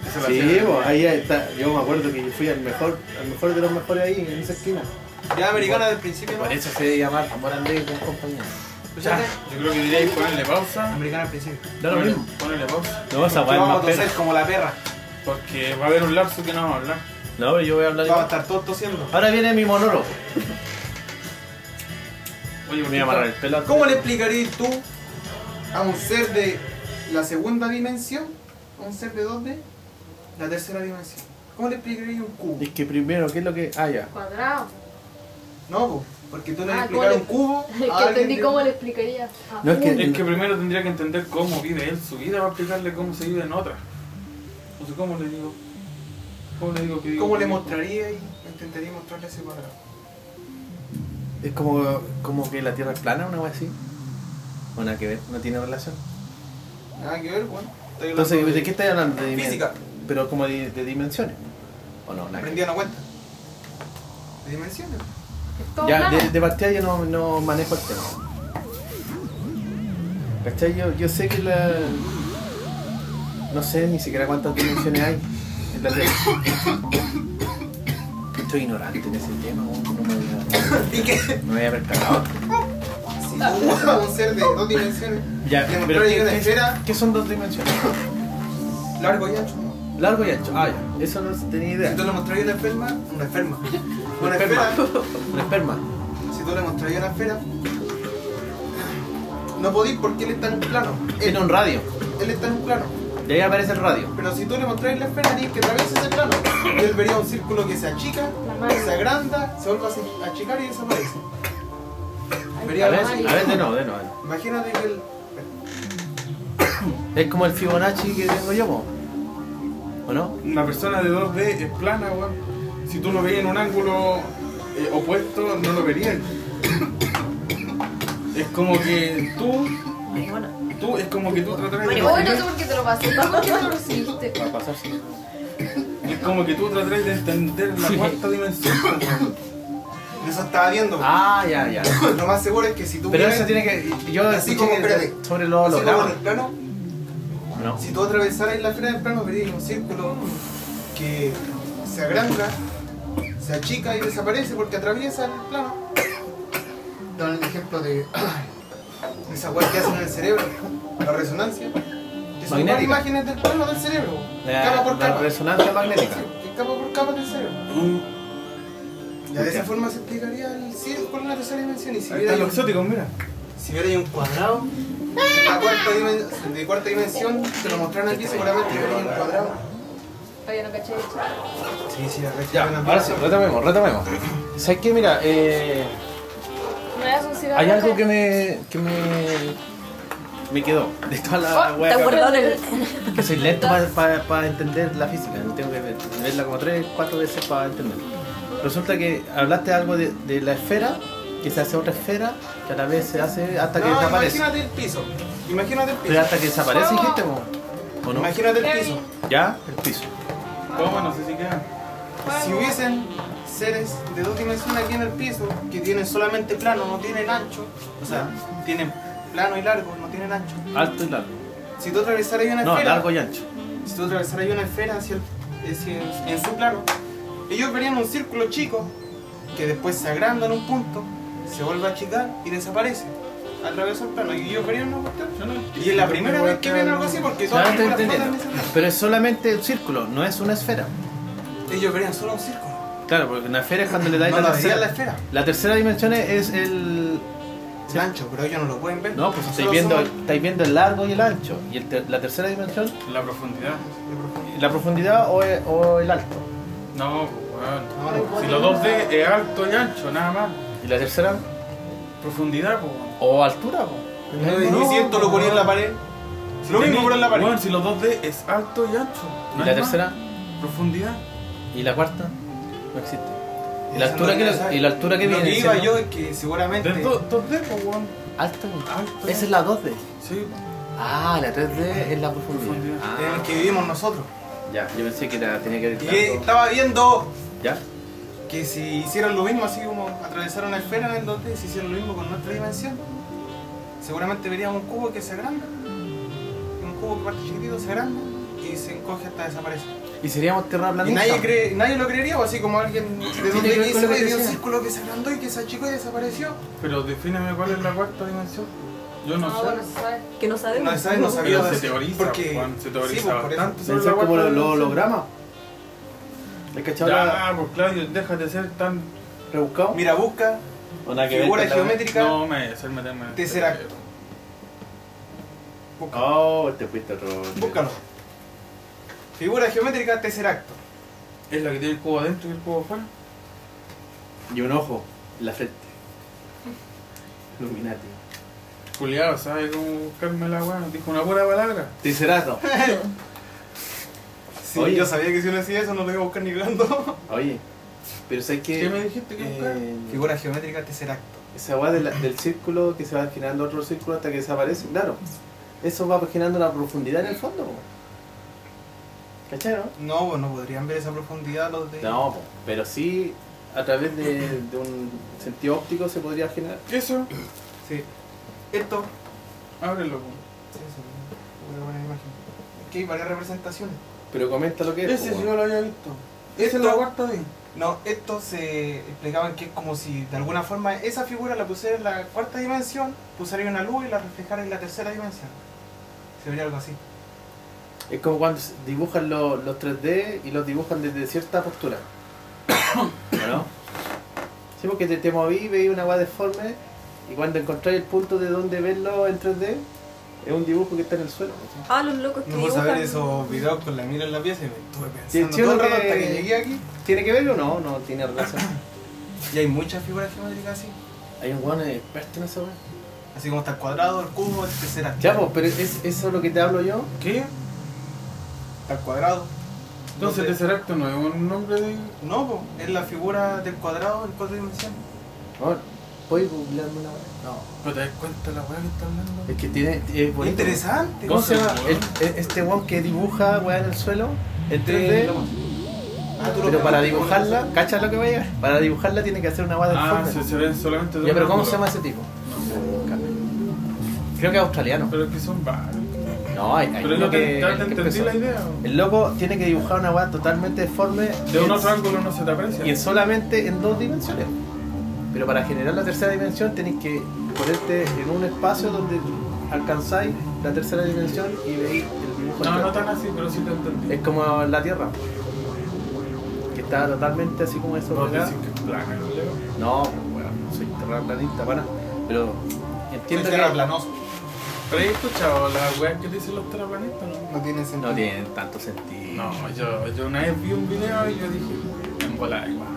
E: Esa la
D: Sí,
E: hacían.
D: pues, ahí está. Yo me acuerdo que yo fui al mejor, al mejor de los mejores ahí, en esa esquina.
B: Ya americana del principio, ¿no?
D: Por eso se debe llamar Morandé con compañía.
E: Ya,
B: Escuchaste.
E: yo creo que diríais ponerle pausa.
B: Americana al principio.
D: Da lo
E: Ponle-
D: mismo.
E: Ponle pausa.
D: No vas a
B: Que vamos a toser como la perra.
E: Porque va a haber un lapso que no vamos a hablar.
D: No, pero yo voy a hablar
B: Vamos a estar todos tosiendo.
D: Ahora viene mi monólogo.
E: Oye,
D: Me voy a amarrar el pelo.
B: ¿Cómo le explicarías tú a un ser de la segunda dimensión, a un ser de dónde? La tercera dimensión. ¿Cómo le explicarías un cubo?
D: Es que primero, ¿qué es lo que.? Ah, ya.
G: Cuadrado.
B: No, po, porque tú le
G: Ah,
B: explicar un
G: ¿cómo
B: cubo
G: Es
B: a
G: que
B: alguien
G: entendí
B: de-
G: cómo le explicaría. Ah, a
D: No, es que-
G: uno.
E: Es que primero tendría que entender cómo vive él su vida para explicarle cómo se vive en otra. No sé cómo le digo. ¿Cómo le digo que digo?
B: ¿Cómo le
E: que-
B: mostraría y intentaría mostrarle ese cuadrado?
D: Es como, como que la tierra es plana, una wea así. O nada que ver, no tiene relación.
B: Nada que ver, bueno. Estoy hablando
D: Entonces, ¿de qué estás hablando? De dimen-
B: Física.
D: Pero como de, de dimensiones. ¿O no? Nada que
B: Aprendí a no cuenta. De dimensiones.
G: Es todo
D: ver. Ya,
G: plano.
D: de, de partida yo no, no manejo el tema. ¿Cachai? Yo, yo sé que la. No sé ni siquiera cuántas dimensiones hay en la tierra. Estoy ignorante en ese tema, weón, no me había,
B: ¿Y qué?
D: no me había percatado.
B: Si tú a un ser de dos dimensiones,
D: Ya,
B: le
D: pero
B: mostraría una
D: ¿qué,
B: esfera
D: qué son dos dimensiones?
B: largo y ancho, ¿no?
D: Largo y ancho. Ah, ya. Eso no tenía idea.
B: Si tú le mostrarías una enferma, una enferma. Una
D: Esperma.
B: esfera.
D: Un esperma.
B: Si tú le mostrarías una esfera, No podís porque él está en un plano. Él,
D: Tiene un radio.
B: él está en un plano.
D: De ahí aparece el radio.
B: Pero si tú le mostráis la esfera, tienes que atravesar ese plano. Y él vería un círculo que se achica,
G: La madre.
B: se agranda, se vuelve a se- achicar y desaparece. Vería
D: A
B: la
D: ver,
B: madre.
D: a ver, de nuevo, de nuevo. de nuevo.
B: Imagínate que él.
D: Es como el Fibonacci que tengo yo, po. ¿o no?
E: Una persona de 2D es plana, weón. Si tú lo veías en un ángulo eh, opuesto, no lo verías. es como que tú,
F: Marihuana.
E: tú, es como que tú tratas de
F: Marihuana.
L: Hoy no
E: entender,
L: sé por qué te lo pasé, no sé por qué te lo recibiste.
D: Va a pasar, sí.
E: es como que tú tratas de entender la cuarta dimensión. weón.
B: Eso estaba viendo.
D: Ah, ya, ya.
B: Lo más seguro es que si tú
D: Pero
B: vienes-
D: eso tiene que. Yo
B: Así
D: escuché
B: como,
D: que-
B: espérate.
D: sobre los
B: así como en
D: hologramas.
B: el plano,
D: No.
B: Si tú atravesaras la esfera del plano, verías un círculo que se agranda, se achica y desaparece porque atraviesa el plano. Dan el ejemplo de esa hueá que hacen en el cerebro, la resonancia. Que
D: Magnética.
B: son varias imágenes del plano del cerebro, capa
D: La,
B: por
D: la
B: capa.
D: resonancia magnética.
B: Sí, capa por capa del cerebro.
D: Mm.
B: Ya de esa forma se explicaría el círculo en la tercera dimensión. Y
E: Ahí
B: si
E: están
B: hubiera
E: los exóticos, mira.
B: si hubiera ahí un cuadrado de la cuarta dimen- de cuarta dimensión, te lo mostraron aquí, seguramente hubiera ahí un cuadrado.
G: Todavía no caché esto.
B: Sí, sí, la
D: Ya, ahora sí, retomemos, retomemos. ¿Sabes qué? Mira, eh,
G: Me das un cigarro.
D: hay algo que me. que me. me quedó de toda la
F: Está
D: wea
F: guardado en el.
D: que- que soy lento para entender la física, tengo que ver- verla como tres, cuatro veces para entenderla. Resulta que hablaste algo de, de la esfera, que se hace otra esfera, que a la vez se hace hasta que
B: no,
D: desaparece.
B: imagínate el piso. Imagínate el
D: Pero
B: piso.
D: hasta que desaparece dijiste, ¿o no?
B: Imagínate el piso.
D: Ya, el piso.
E: Toma, no sé si queda.
B: Si hubiesen seres de dos dimensiones aquí en el piso, que tienen solamente plano, no tienen ancho, o sea, tienen plano y largo, no tienen ancho.
D: Alto y largo.
B: Si tú atravesaras ahí una
D: No,
B: esfera,
D: largo y ancho.
B: si tú atravesaras ahí una esfera hacia el- hacia el- en su plano, ellos verían un círculo chico que después se agranda en un punto, se vuelve a achicar y desaparece. Atravesó el plano y ellos verían una cuestión.
E: Yo no-
B: Y es la primera vez que ven algo así porque
D: Ya
B: todas
D: lo
B: las
D: estoy
B: películas
D: entendiendo.
B: tratan de ese
D: Pero es solamente un círculo, no es una esfera.
B: plano. Ellos verían solo un círculo.
D: Claro, porque una esfera es cuando le dais
B: No
D: la
B: lo vería
D: tercera.
B: la esfera.
D: La tercera dimensión es el.
B: El ancho, pero ellos no lo pueden ver.
D: No, pues estáis
B: Solo
D: viendo,
B: son
D: estáis viendo el largo y el ancho. Y el ter- la tercera dimensión,
E: La profundidad.
B: de profundidad.
D: la profundidad o e- o el alto.
E: No, weón.
B: No, no.
E: Si los 2D es alto y ancho, nada más.
D: Y la tercera,
E: Profundidad, pues, weón.
D: o altura. po.
B: No, y si esto lo ponía en la pared.
E: Si
B: Lo mismo
E: tenés-
B: por en la pared.
E: Weón, si los 2D es alto y ancho.
D: Y
E: no
D: la
E: hay más.
D: tercera,
E: Profundidad.
D: y la cuarta, no existe. Y la
B: Eso
D: altura
B: no
D: que,
B: lo
D: le-
B: sabe.
D: y la altura que
B: Lo
D: viene.
B: que iba
D: ¿sí, no?
B: yo es que seguramente.
E: Del do- 2D, pues, weón.
D: Alto.
E: Alto.
D: Esa es la 2D.
E: Sí.
D: Ah, la 3D es la profundidad.
E: Profundidad.
B: En el
D: Ah,
B: que vivimos nosotros.
D: ya, yo pensé que era- tenía que ver
B: Y
D: tanto.
B: estaba viendo
D: ¿Ya?
B: que si hicieran lo mismo, así como atravesar una esfera en el 2D, si hicieran lo mismo con nuestra dimensión, seguramente veríamos un cubo que se agranda. Un cubo que parte chiquitito se agranda y se encoge hasta desaparecer.
D: Y seríamos
B: Y
D: terraplanistas.
B: nadie, cree, nadie lo creería, o así como alguien de
D: que
B: donde
D: ver con
B: dice,
D: lo que
B: "Oye, vi un
D: decía".
B: círculo que se agrandó y que se achicó y desapareció.
E: Pero defíneme cuál es la cuarta dimensión. Yo no
G: No,
E: sé.
G: Ah, bueno, se sabe.
F: Que no sabemos.
B: No, esa no sabía
E: Pero
B: de
E: se
B: eso,
E: teoriza,
B: porque-
E: Juan, se teoriza
B: sí, pues, por eso.
E: bastante. sobre
D: Pensar
E: la
D: como
E: cuarta
D: los los
E: dimensión.
D: hologramas. ¿El cachado la-
E: Ya, pues Claudio, déjate de ser tan.
D: rebuscado?
B: Mira, busca figura geométrica.
E: No me voy a hacer meterme en este
B: Tesseract.
E: pedo.
D: Oh, te fuiste otro.
B: Búscalo. Figura geométrica tesseracto.
E: Es la que tiene el cubo adentro y el cubo afuera.
D: Y un ojo en la frente. Illuminati.
E: Juliado, ¿sabe cómo buscarme la weá? Dijo una pura palabra.
D: Ticerato.
B: Sí,
D: Oye.
B: yo sabía que si uno decía eso no lo iba a buscar ni hablando.
D: Oye, pero ¿sabes qué?
E: ¿Qué me dijiste que buscar?
D: Eh,
B: Figura geométrica tesseracto.
D: esa weá de la- del círculo que se va girando otro círculo hasta que desaparece, claro. Eso va generando una profundidad en el fondo. po. ¿Cachai, no?
B: No, pues no podrían ver esa profundidad los de.
D: No, po, pero sí a través de, de un sentido óptico se podría generar.
E: Eso,
B: Sí. Esto.
E: ábrelo. po.
B: Sí, eso. Voy a poner imagen. Aquí hay varias representaciones.
D: Pero comenta lo que es.
E: Ese
D: po,
E: sí
D: weón.
E: yo lo había visto. Esa es la
B: Esto,
E: cuarta D.
B: no, esto se explicaban que es como si de alguna forma esa figura la pusiera en la cuarta dimensión, pusiera una luz y la reflejara en la tercera dimensión. Se vería algo así.
D: Es como cuando se dibujan lo- los 3D y los dibujan desde cierta postura. ¿O ¿No? Sí, porque te, te moví, veí una weá deforme Y cuando encontráis el punto de donde verlo en 3D, es un dibujo que está en el suelo. ¿cachai?
F: Ah, los locos que
B: No puedo
F: dibujan.
B: saber esos videos con la mira en la pieza y me estuve
D: Sí,
B: pensando
D: sí,
B: todo el rato
D: porque-
B: hasta que llegué aquí.
D: ¿Tiene que ver o no? No tiene relación.
B: Y hay muchas figuras geométricas así.
D: Hay un guano experto en esa weá.
B: Así como está el cuadrado, el cubo, este, el tercera.
D: Ya, pues, pero es, eso es lo que te hablo yo.
E: ¿Qué?
B: Está el cuadrado.
E: Entonces
B: No sé.
E: Tesseract no es un nombre de...
B: No, pues, es la figura del cuadrado en cuatro dimensiones.
D: Ahora, ¿puedes googlearme la weá? No.
E: ¿Pero te das cuenta la weá que está hablando?
D: Es que tiene. Es bonito.
B: Interesante.
D: ¿Cómo se llama?
E: Weón.
D: El- el- este weón que dibuja weá en el suelo. En 3D.
B: Ah, tú lo
D: Pero para
B: preguntas.
D: dibujarla, ¿cachas lo que va a llegar? Para dibujarla tiene que hacer una weá de
E: Ah,
D: forma.
E: se, se ven solamente dos
D: Ya, pero ¿cómo
E: ángulos.
D: se llama ese tipo? Creo que es australiano.
E: Pero es que son varios.
D: No, hay, hay
E: Pero
D: uno
E: no te,
D: que.
E: ya te
D: que
E: entendí
D: empezó.
E: la idea. weón.
D: El loco tiene que dibujar una weá totalmente deforme. y
E: De un
D: en-
E: otro ángulo no se te aprecia.
D: Y es solamente en dos dimensiones. Pero para generar la tercera dimensión tenéis que ponerte en un espacio donde alcanzáis la tercera dimensión y veis el dibujo.
E: No, no
D: entero.
E: tan así, pero sí te entendí.
D: Es como la Tierra. Que está totalmente así como eso.
E: No,
D: acá.
E: decís que es plana, no leo.
D: No, bueno, soy terraplanista, bueno. Pero
B: Soy
D: entiendo que
B: terraplanoso.
E: Pero he escuchado las weas que dicen los terraplanistas, ¿no?
B: No tiene sentido.
D: no tiene tanto sentido.
E: No, yo, yo una vez vi un video y yo dije, en bola, igual.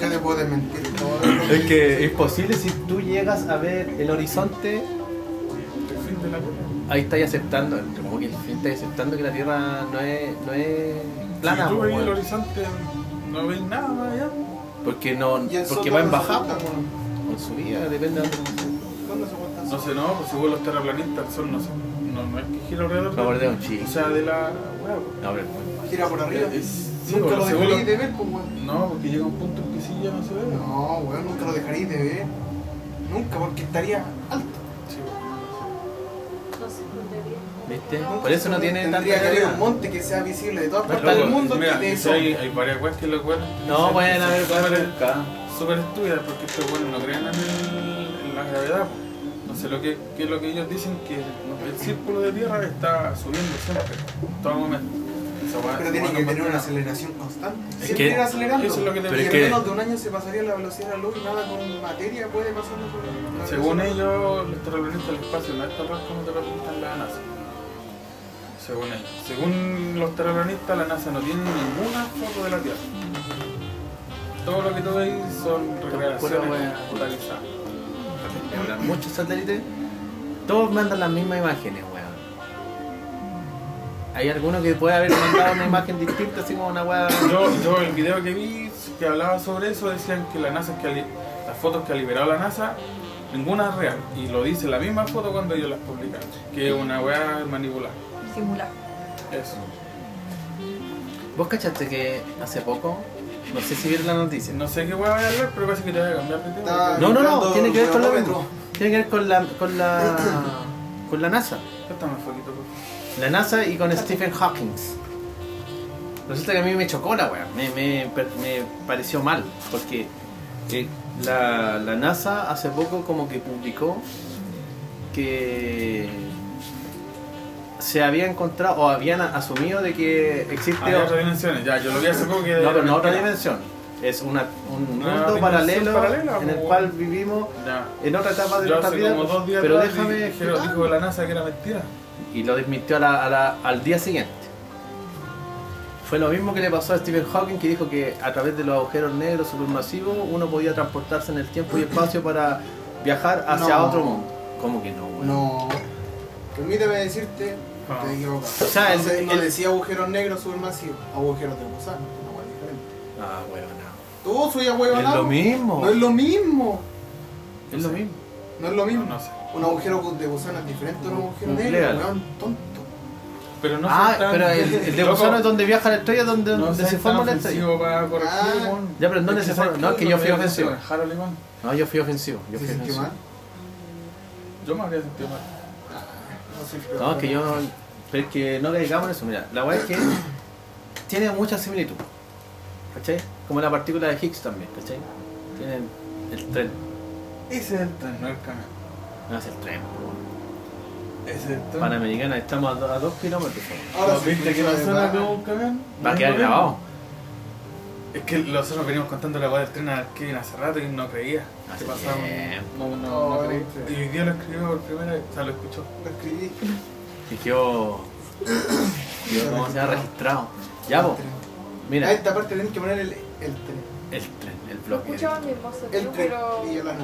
B: Yo te puedo desmentir todo. lo
D: Es que es posible si tú llegas a ver el horizonte,
E: El fin de la wea.
D: ahí estáis aceptando, entre como que el fin estáis aceptando que la Tierra no es, no es plana. pues,
E: Si tú
D: po,
E: veis el
D: weón.
E: horizonte, no veis nada más allá.
D: Porque no,
B: Y el
D: porque
B: sótano
D: va en
B: se
D: bajada,
B: cuenta con-
D: o en subida, depende de donde
B: ¿Cuándo se cuenta
E: No
B: eso?
E: sé, no, pues según los terraplanistas, el sol no, se- no, no es que gira alrededor.
D: No,
E: de-
D: pero es un chiste.
E: O sea, de la wea. weón.
D: No, pero es muy mal.
B: Gira por arriba.
E: Es- sí,
B: Nunca
E: bueno,
B: lo
E: según
B: dejaréis
E: lo-
B: de ver, pues, weón.
E: No, porque llega un punto en que sí ya no se ve. weón.
B: No, weón, nunca lo dejaréis de ver. Nunca, porque estaría alto.
G: No sé, no te digo.
D: ¿Viste? Por eso no tiene tanta
B: Tendría que haber
D: calidad.
B: un monte que sea visible de todas
D: No,
B: partes del
E: Loco,
B: mundo.
E: mira,
B: que de
E: si
B: eso.
E: hay, hay varias weas que los weas.
D: No,
E: dicen
D: bueno,
E: que
D: a
E: son
D: ver,
E: súper-
D: cuál acá.
E: Súper estúpidas porque estos weones no creen en, el- en la gravedad. po. No sé lo que, qué es lo que ellos dicen que el círculo de tierra está subiendo siempre, en todo momento. Esa wea-
B: Pero
E: esa wea no
B: tiene que tener
E: pasa
B: una
E: nada.
B: aceleración constante.
D: Es
B: Siempre
D: que-
B: ir acelerando.
E: eso es lo que te-
D: Pero
B: y
D: es
B: en
D: que-
B: menos de un año se pasaría la velocidad de la luz. Nada con materia puede pasar por la velocidad.
E: Según ellos, los terraplanistas del espacio no es tan raro como terraplanistas la NASA. Según ellos. Según los terraplanistas, la NASA no tiene ninguna foto de la Tierra. Todo lo que tú veis son
D: Pura
E: recreaciones
D: wea.
E: totalizadas.
D: Hablan muchos satélites, todos mandan las mismas imágenes, weón. Hay alguno que puede haber mandado una imagen distinta, así como una weá.
E: Yo, yo el video que vi que hablaba sobre eso decían que la NASA que ha li- las fotos que ha liberado la NASA ninguna es real y lo dice la misma foto cuando ellos las publican que es una weá manipulada
F: Simulado.
E: eso
D: ¿Vos cachaste que hace poco? No sé si vieron la noticia.
E: no sé qué weá voy a hablar pero parece que te voy a cambiar de tema
B: Está-
D: No, no, no,
B: Tanto
D: tiene que ver con lo
B: huevómetro.
D: mismo. Tiene que ver con la, con la, con la NASA.
E: Está más foquito por favor.
D: La NASA y con Stephen Hawking. Resulta que a mí me chocó la weá, me, me, me pareció mal, porque eh, la, la NASA hace poco como que publicó que se había encontrado o habían asumido de que existe
E: hay
D: otro-
E: otras dimensiones ya yo lo vi hace poco que
D: Ah, no, pero no otra
E: mentira.
D: dimensión, es una, un
E: Una
D: mundo
E: dimensión
D: paralelo
E: paralela,
D: en el
E: po,
D: cual
E: weón.
D: vivimos
E: ya
D: en otra etapa de
E: yo
D: nuestra
E: hace
D: vida,
E: como dos días
D: pero
E: atrás
D: déjame
E: dije-
D: explicar
E: dijo la NASA que era mentira
D: y lo desmintió a la- a la- al día siguiente. Fue lo mismo que le pasó a Stephen Hawking, que dijo que a través de los agujeros negros supermasivos uno podía transportarse en el tiempo y espacio para viajar hacia
B: No.
D: otro mundo. ¿Cómo que no, güey?
B: No. Permíteme decirte,
E: Ah.
B: te equivocas.
D: O sea, el-
B: Entonces, no
D: el-
B: decía agujeros negros supermasivos, agujeros de gusano, una hueá diferente.
D: Ah, güey, no.
B: Tú soy ahueonado.
D: Es lo mismo.
B: No es lo mismo.
D: Es lo mismo.
B: No es lo mismo.
E: no, no sé
B: Un agujero de gusano es diferente a un agujero
D: Leal.
B: negro, weón, tonto.
E: pero no
D: ah,
E: soy tan-
D: pero el, el de
E: Loco,
D: gusano es donde viaja la estrella, donde,
E: no
D: donde
E: soy
D: se
E: tan
D: forma la
E: ofensivo
D: estrella.
E: para corregir,
B: Ah.
E: weón.
D: Ya, pero ¿en dónde
E: Es
D: se
E: ¿sabes
D: forma? No, es
E: qué?
D: que yo
E: Lo
D: fui
E: voy a
D: ofensivo.
E: dejar al Iván.
D: No, yo fui ofensivo. Yo fui
B: ¿Se sintió
D: ofensivo.
B: mal?
E: Yo me habría sentido mal.
B: No, sí, pero-
D: No, es que yo. Pero es que no caigamos en eso. Mira, la weá es que tiene mucha similitud. ¿Cachai? Como la partícula de Higgs también, ¿cachai? Tiene el tren.
E: Ese es el tren, no el camión.
D: No es el tren.
E: Ese es el tren.
D: Panamericana, estamos a, do- a dos kilómetros. po.
B: Ahora
E: ¿No
B: sí,
E: ¿Viste que
B: escucha
E: no
B: de
E: suena
B: verdad.
E: como un camión?
D: Va a quedar grabado.
E: Es que nosotros venimos contando la weá del tren a Kevin hace rato y no creía.
M: Hace
E: que pasaba un-
M: tiempo.
E: No, no,
B: Oh.
E: no creí. Y hoy día lo escribió por primera vez, o sea, lo escuchó.
B: Lo escribí.
M: Y yo. yo ¿Cómo se ha registrado? Ya, po.
B: A
M: Mira,
B: esta parte tenés que poner el, el tren.
M: el tren, el
G: Lo
M: bloque.
G: escuchaba en mi hermoso
B: El
G: tren,
B: tren.
G: pero
B: Y yo la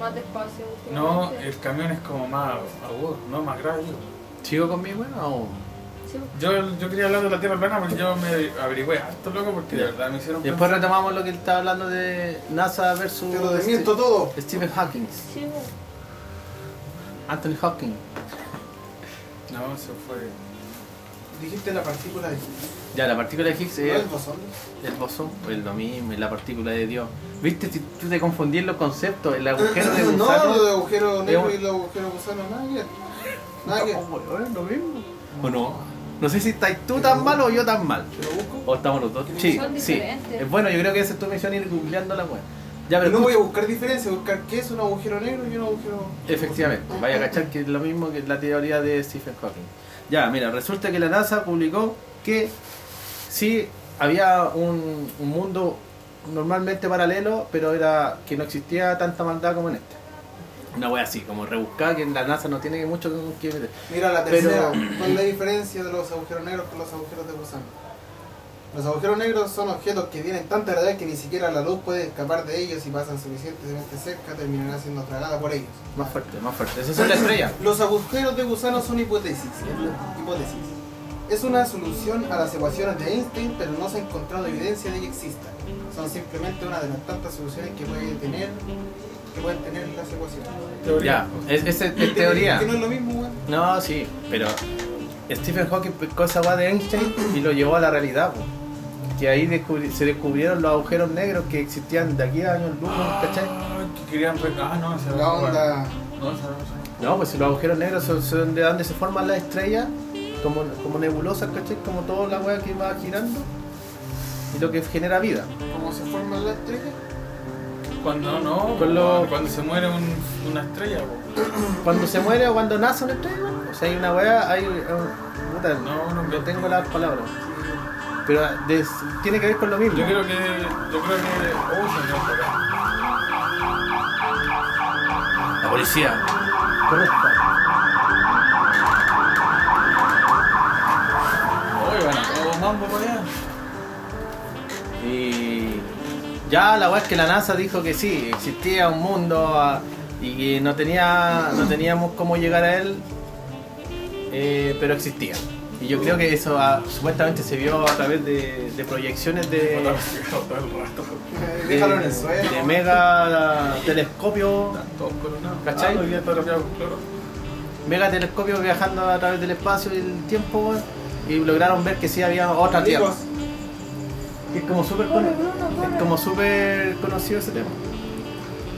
G: más despacio.
E: No, eh,
G: últimamente.
E: el camión es como más agudo, no más grave.
M: ¿Sigo conmigo, weón?
G: Sí,
E: Yo, yo quería hablar de la tierra plana porque yo me averigüé harto loco porque de verdad me hicieron
D: Después retomamos lo que él estaba hablando de NASA versus
B: Te lo desmiento todo.
D: Ste- Stephen Hawking.
G: sí, bueno.
D: Anthony Hawking.
E: No, se fue.
B: Dijiste la partícula de. ¿No
D: Ya, la partícula de Higgs es
B: el bosón?
D: el bosón, pues lo mismo, es la partícula de Dios. ¿Viste? Si tú te confundí en los conceptos, el agujero de
B: No,
D: gusano.
B: lo de agujero negro
D: Es
B: y el agujero gusano, nada que ver. Nada que ver.
D: No, weón, lo mismo. ¿O no? No sé si estás tú tan mal o yo tan mal.
B: Te lo busco.
D: O estamos los dos. Sí,
N: Son
D: sí.
N: diferentes.
D: Es bueno, yo creo que esa es tu misión ir googleando la weá. Ya, pero
B: No voy a
D: escucha-
B: buscar diferencia, voy a buscar qué es un agujero negro y un agujero.
D: Efectivamente, vaya a cachar que es lo mismo que la teoría de Stephen Hawking. Ya, mira, resulta que la NASA publicó que sí había un, un mundo normalmente paralelo, pero era que no existía tanta maldad como en este. Una wea así, como rebuscada, que la NASA no tiene mucho que ver.
B: Mira la
D: Pero-
B: tercera, ¿cuál es la diferencia de los agujeros negros con los agujeros de gusano? Los agujeros negros son objetos que tienen tanta gravedad que ni siquiera la luz puede escapar de ellos y pasan suficientemente cerca, terminará siendo tragada por ellos.
D: Más fuerte, más fuerte. Esa es una estrella.
B: Los agujeros de gusano son hipótesis. hipótesis. Es una solución a las ecuaciones de Einstein, pero no se ha encontrado evidencia de que exista. Son simplemente una de las tantas soluciones que, puede tener, que pueden tener las ecuaciones.
D: Ya, es, es- es teoría.
B: Que no es lo mismo, weón.
D: No, sí, pero Stephen Hawking pescó esa weá de Einstein y lo llevó a la realidad, po. que ahí descubri- se descubrieron los agujeros negros que existían de aquí a años luz, ¿cachai?
E: Ah, que querían re- Ah, no, se
B: La onda.
E: No, se va a-
D: No, pues si los agujeros negros son, son de donde se forman las estrellas, como, como nebulosas, ¿cachai? Como toda la weá que va girando y lo que genera vida.
B: ¿Cómo se forman las estrellas?
E: Cuando no,
D: Con lo-
E: cuando se muere un- una estrella, po.
D: Cuando se muere o cuando nace una estrella, weón. o sea, hay una weá, hay... un- puta,
E: No, no,
D: no tengo las palabras. Pero des- tiene que ver con lo mismo.
E: Yo creo que. Yo creo que. Oh, se me fue acá.
M: La policía.
D: Correcto.
E: Oh, iban a todo mambo para allá.
D: Y ya la weá es que la NASA dijo que sí, existía un mundo ah, y que no, tenía, no teníamos cómo llegar a él, eh, pero existía. Y yo creo que eso ah, supuestamente se vio a través de, de proyecciones de,
E: Todo el rato.
D: de,
B: Déjalo en el suelo.
D: de mega telescopios,
E: Todo coronado.
D: ¿Cachai?
E: Ah, hoy día está rapeado con cloro.
D: mega telescopios viajando a través del espacio y el tiempo weón, y lograron ver que sí había otra Tierra.
B: Amigos,
D: Es como súper
G: Corre,
D: cono-
G: Bruno, corre.
D: es como súper conocido ese tema.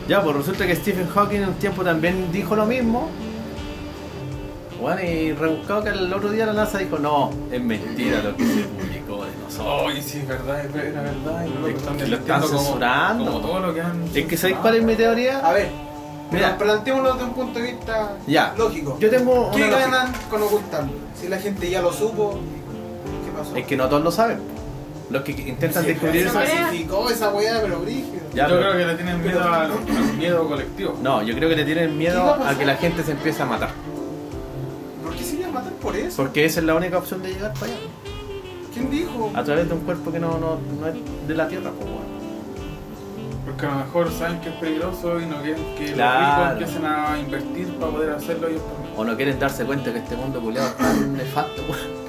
D: Ya, pues resulta que Stephen Hawking en un tiempo también dijo lo mismo. Bueno, y rebuscado que el otro día la NASA dijo, no, es mentira lo que se publicó de nosotros.
E: Ay, sí, es verdad, es ver- era verdad. y luego
D: Es
E: están
D: que lo
E: desmintiendo
D: están
E: como-
D: censurando.
E: Como, todo lo que han.
D: Es que ¿sabéis
E: censurado.
D: cuál es mi teoría?
B: A ver,
D: Mira.
B: mira, planteémoslo desde un punto de vista
D: Ya.
B: lógico.
D: Yo tengo
B: ¿Qué
D: una lógica.
B: ganan con ocultarlo? Si la gente ya lo supo, ¿qué pasó?
D: Es que no todos lo saben. Los que intentan
B: Se
D: descubrir eso.
B: clasificó esa weá, pero brígido.
D: Ya,
E: Yo
D: pero-
E: creo que le tienen miedo al, al miedo colectivo.
D: No, yo creo que le tienen
B: ¿Qué
D: miedo
B: va a pasar?
D: a que la gente se empiece a matar.
B: ¿Por qué se iba a matar por eso?
D: Porque esa es la única opción de llegar para allá.
B: ¿Quién dijo?
D: A través de un cuerpo que no, no, no es de la Tierra, pues bueno.
E: Porque a lo mejor saben que es peligroso y no quieren que
D: Claro.
E: los ricos empiecen a invertir para poder hacerlo ellos también.
D: o no quieren darse cuenta que este mundo culeado es tan nefasto, weón,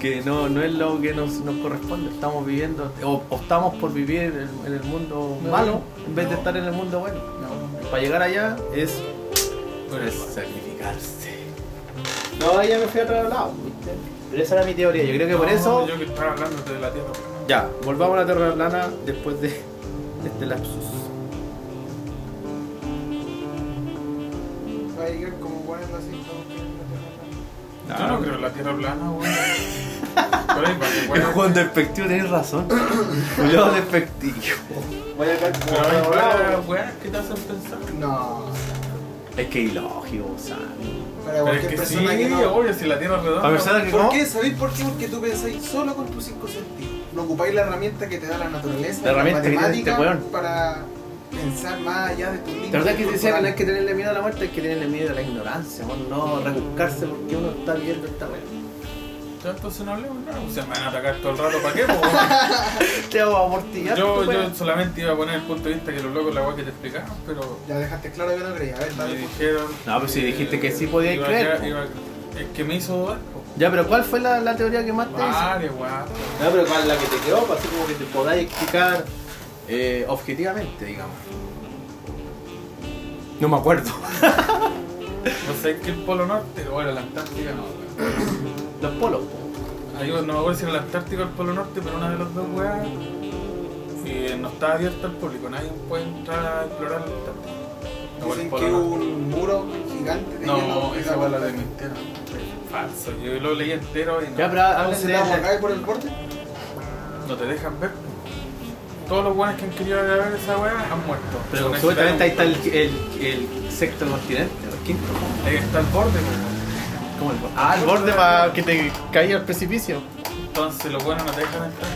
D: que no, no es lo que nos, nos corresponde. Estamos viviendo, o optamos por vivir en el, en el mundo
E: No,
D: malo en vez de
E: no.
D: estar en el mundo bueno.
E: No,
D: Para llegar allá es, es sacrificarse. No, ya me fui a otro lado, ¿viste? Pero esa era mi teoría. Yo creo que por eso.
E: Yo que estaba hablando de la tierra.
D: Ya, volvamos a la Tierra plana después de de este lapsus.
B: Va a llegar como ponerlo así.
E: Yo no
B: como que no te
E: creo en la tierra plana, güey. Por ahí, para que
D: Es
E: pueda-
D: cuando despectivo, tenés razón. Yo despectivo.
B: Voy a caer
E: Pero hay varias weas que te hacen pensar.
B: No.
D: Es que ilógico, ¿sabes?
B: Para
E: Pero
B: cualquier
E: es que sí,
B: persona que no.
E: obvio, si la tierra es redonda.
D: A pesar de que
B: ¿Por
D: no-
B: qué? ¿Sabéis por qué? Porque tú pensáis solo con tus cinco sentidos. no ocupáis la herramienta que te da la naturaleza,
D: La herramienta que tiene
B: matemática,
D: este weón.
B: para pensar más allá de tus límites.
D: La verdad es que te decía que no hay
B: corporales.
D: que tenerle miedo a la muerte, hay que tenerle miedo a la ignorancia, weón, no rebuscarse porque uno está viendo esta weá.
E: Ya, entonces no hablemos nada. Se me van a atacar todo el rato, ¿para qué? po, weón?
D: Te pues, vamos a amortillar.
E: yo,
D: tu weá.
B: pues.
E: yo solamente iba a poner el punto de vista que los locos, la weá que te explicaban, pero
B: Ya dejaste claro que no creía. A ver,
E: me
B: dale. pues.
E: dijeron.
D: No, pero si dijiste que sí podíais
E: iba a
D: creer,
E: quedar-
D: po.
E: iba a- Es que me hizo dudar. po.
D: Ya, pero ¿cuál fue la, la teoría que más te hizo?
E: Varias, weá.
D: No, pero ¿cuál es la que te quedó? Pues, Así como que te podáis explicar eh, objetivamente, digamos. No me acuerdo.
E: No sé, es que el Polo Norte, o era la Antártica, no, weón.
D: Los polos. pues.
E: Ahí, no me acuerdo si era la Antártica o el Polo Norte, pero una de las dos weas eh, no está abierta al público, nadie puede entrar a explorar la Antártica. No, el
B: pues. Dicen
E: Polo
B: que hubo
E: Norte.
B: un muro gigante de
E: No,
B: hielo que
E: esa fue la de
B: tapó-
E: mentira. Falso, yo lo leí entero y no,
D: Ya, pero háblense
B: ¿Se
D: de
B: la
D: la-
B: acá por el borde?
E: no te dejan ver. Todos los weones que han querido grabar esa wea han muerto.
D: Pero
E: Son
D: supuestamente ahí está el,
E: exitados.
D: el, el sexto continente, el quinto.
E: Ahí está el borde, weón.
D: ¿Cómo el borde? Ah, el borde para que te caiga al precipicio.
E: Entonces los buenos no te dejan entrar.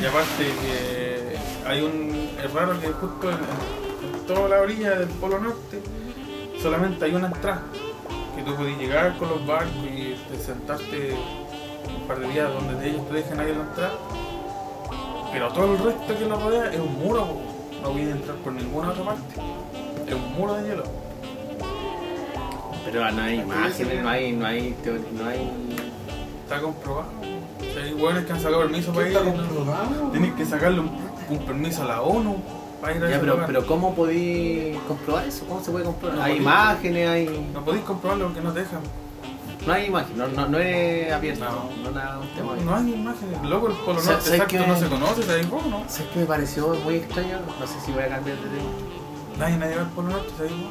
E: Y aparte que hay un. Es raro que justo en, en toda la orilla del Polo Norte solamente hay una entrada. Que tú podías llegar con los barcos y te sentarte un par de días donde ellos te dejan ahí en la entrada. Pero todo el resto que lo rodea es un muro, po. no voy a entrar por ninguna otra parte. Es un muro de hielo.
D: Pero no hay imágenes, no hay, no hay teoría, no hay.
E: Está comprobado. Si hay hueones que han sacado permiso para
B: ¿Qué
E: ir.
B: está
E: ¿no?
B: comprobado?
E: Tienes que sacarle un, un permiso a la ONU para ir a
D: Ya,
E: ese
D: pero,
E: lugar.
D: pero ¿cómo podí comprobar eso? ¿Cómo se puede comprobar?
E: No
D: hay
E: podí.
D: imágenes, hay.
E: No podéis comprobarlo porque no te dejan.
D: No hay imágenes, no, no, no es abierto.
E: No.
D: No, nada, un tema
E: No,
D: ahí.
E: no hay imágenes. Loco, el Polo
D: O sea,
E: Norte
D: ¿sabes
E: exacto
D: qué?
E: no se conoce, ¿sabéis vos no?
D: ¿Sabes qué me pareció muy extraño? No sé si voy a cambiar de tema.
E: Nadie ha llegado al Polo Norte, ¿sabéis vos?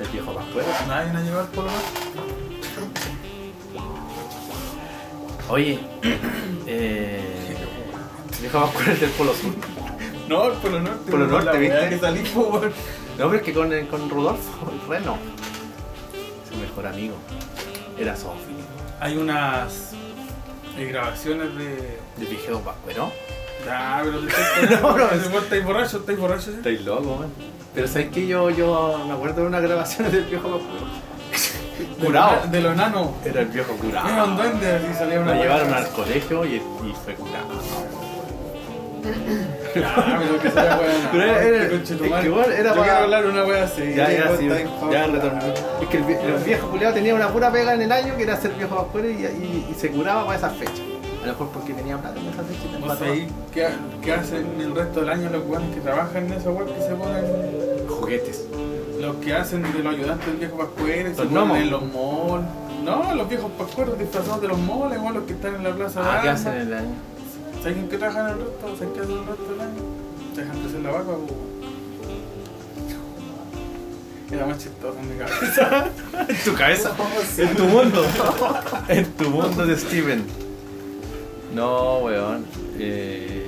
D: El viejo Pascuero.
E: Nadie ha llegado al Polo Norte.
D: Oye, eh. El viejo Pascuero es del Polo Sur.
E: No, el Polo Norte.
D: Polo
E: weón,
D: Norte,
E: la
D: ¿viste?
E: weá que salimos, weón.
D: No, pero es que con, eh, con Rodolfo Reno, su mejor amigo, era Sofi.
E: Hay unas eh, grabaciones de.
D: De Vigeo Pascuero.
E: Ah, pero te estoy
D: No, no,
E: Si vos estáis borrachos, estáis borrachos. ¿eh? ¿sí?
D: Estáis loco, man. Pero sabes que yo, yo me acuerdo de una grabación del viejo Pascuero.
E: De lo-
D: curado.
E: De los enanos.
D: Era el viejo
E: Era un
D: curado.
E: duende así salía una.
D: Lo llevaron
E: weá.
D: al colegio y, y fue curado.
E: Ah, pero que sea weá.
D: Pero era- era-
E: Qué conche tu
D: es que
E: madre.
D: igual era
E: Yo
D: pa-
E: quiero hablar una wea así.
D: Ya, ya,
B: vos
D: sí,
B: estáis pa-
D: ya retornó. Es que el, vie- el viejo curado tenía una pura pega en el año que era ser viejo Pascuero y, y- y se curaba para esas fechas. A lo mejor porque tenía plata en esas fechas.
E: O sea, ahí, ¿qué, qué hacen el resto del año los weones que trabajan en esa web que se ponen?
D: Juguetes.
E: Los que hacen de los ayudantes del viejo Pascuero, y se
D: Los
E: ponen
D: gnomos.
E: en los malls. No, los viejos Pascueros disfrazados de los malls, igual los que están en la plaza de
D: Ah, ¿qué
E: armas.
D: hacen en el año?
E: ¿Saben en qué trabajan el resto? ¿Saben qué hacen el resto del año? Dejan de hacer la vaca, o... Era más chistoso en mi cabeza.
D: En tu cabeza. En tu mundo. En tu mundo de Steven. No, weón. Eh,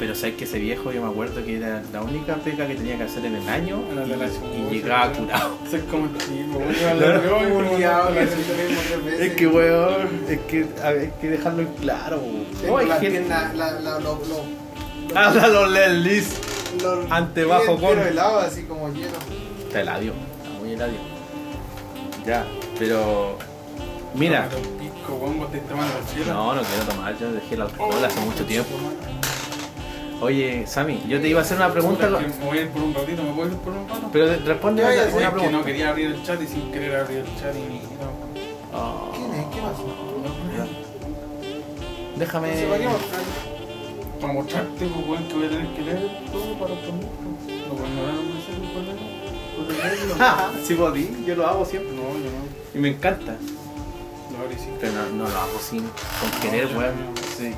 D: Pero sabes que ese viejo yo me acuerdo que era la única pega que tenía que hacer en el año
E: Era de la
D: y,
E: chucha.
D: y llegaba curado.
E: Eso es como el tipo, weón, iba a la droga y como-
B: Culeado, que se te vimos tres veces.
D: Es que weón, es que a ver, hay que dejarlo en claro.
B: Tengo
D: No hay
B: la
D: gente.
B: pierna- la- la- lo- lo-
D: Háblalo, Lelis.
B: lo-
D: Ante bajo
B: el pelo
D: con-
B: helado, así como hielo.
D: Está heladio, está muy heladio. Ya, pero. Mira.
E: Pero pico, weón, vos te estás tomando el cielo.
D: No, no quiero tomar, yo dejé el alcohol hace mucho tiempo. Oye, Sammy, yo te iba a hacer una pregunta,
E: Puta, que Me voy a ir por un ratito, me voy a ir por un rato.
D: pero de- responde
B: Ya, ya,
D: una,
B: sí,
D: una
E: Es que no
D: pregunta.
E: quería abrir el chat y sin querer abrir el chat y ni. No.
D: Oh,
B: ¿Quién es? ¿Qué pasó?
D: déjame.
B: No se va a quemar.
E: Para mostrarte, pues, weón, que voy a tener que leer todo para responderlo. No, pues no era un mensaje por Pues, leerlo. Por leerlo.
D: Ah, sí, podí, yo lo hago siempre.
E: No, yo no.
D: Y me encanta.
E: Lo abrí sí.
D: Pero no, no lo hago sin con querer,
E: yo
D: weón.
E: no.
D: Sí.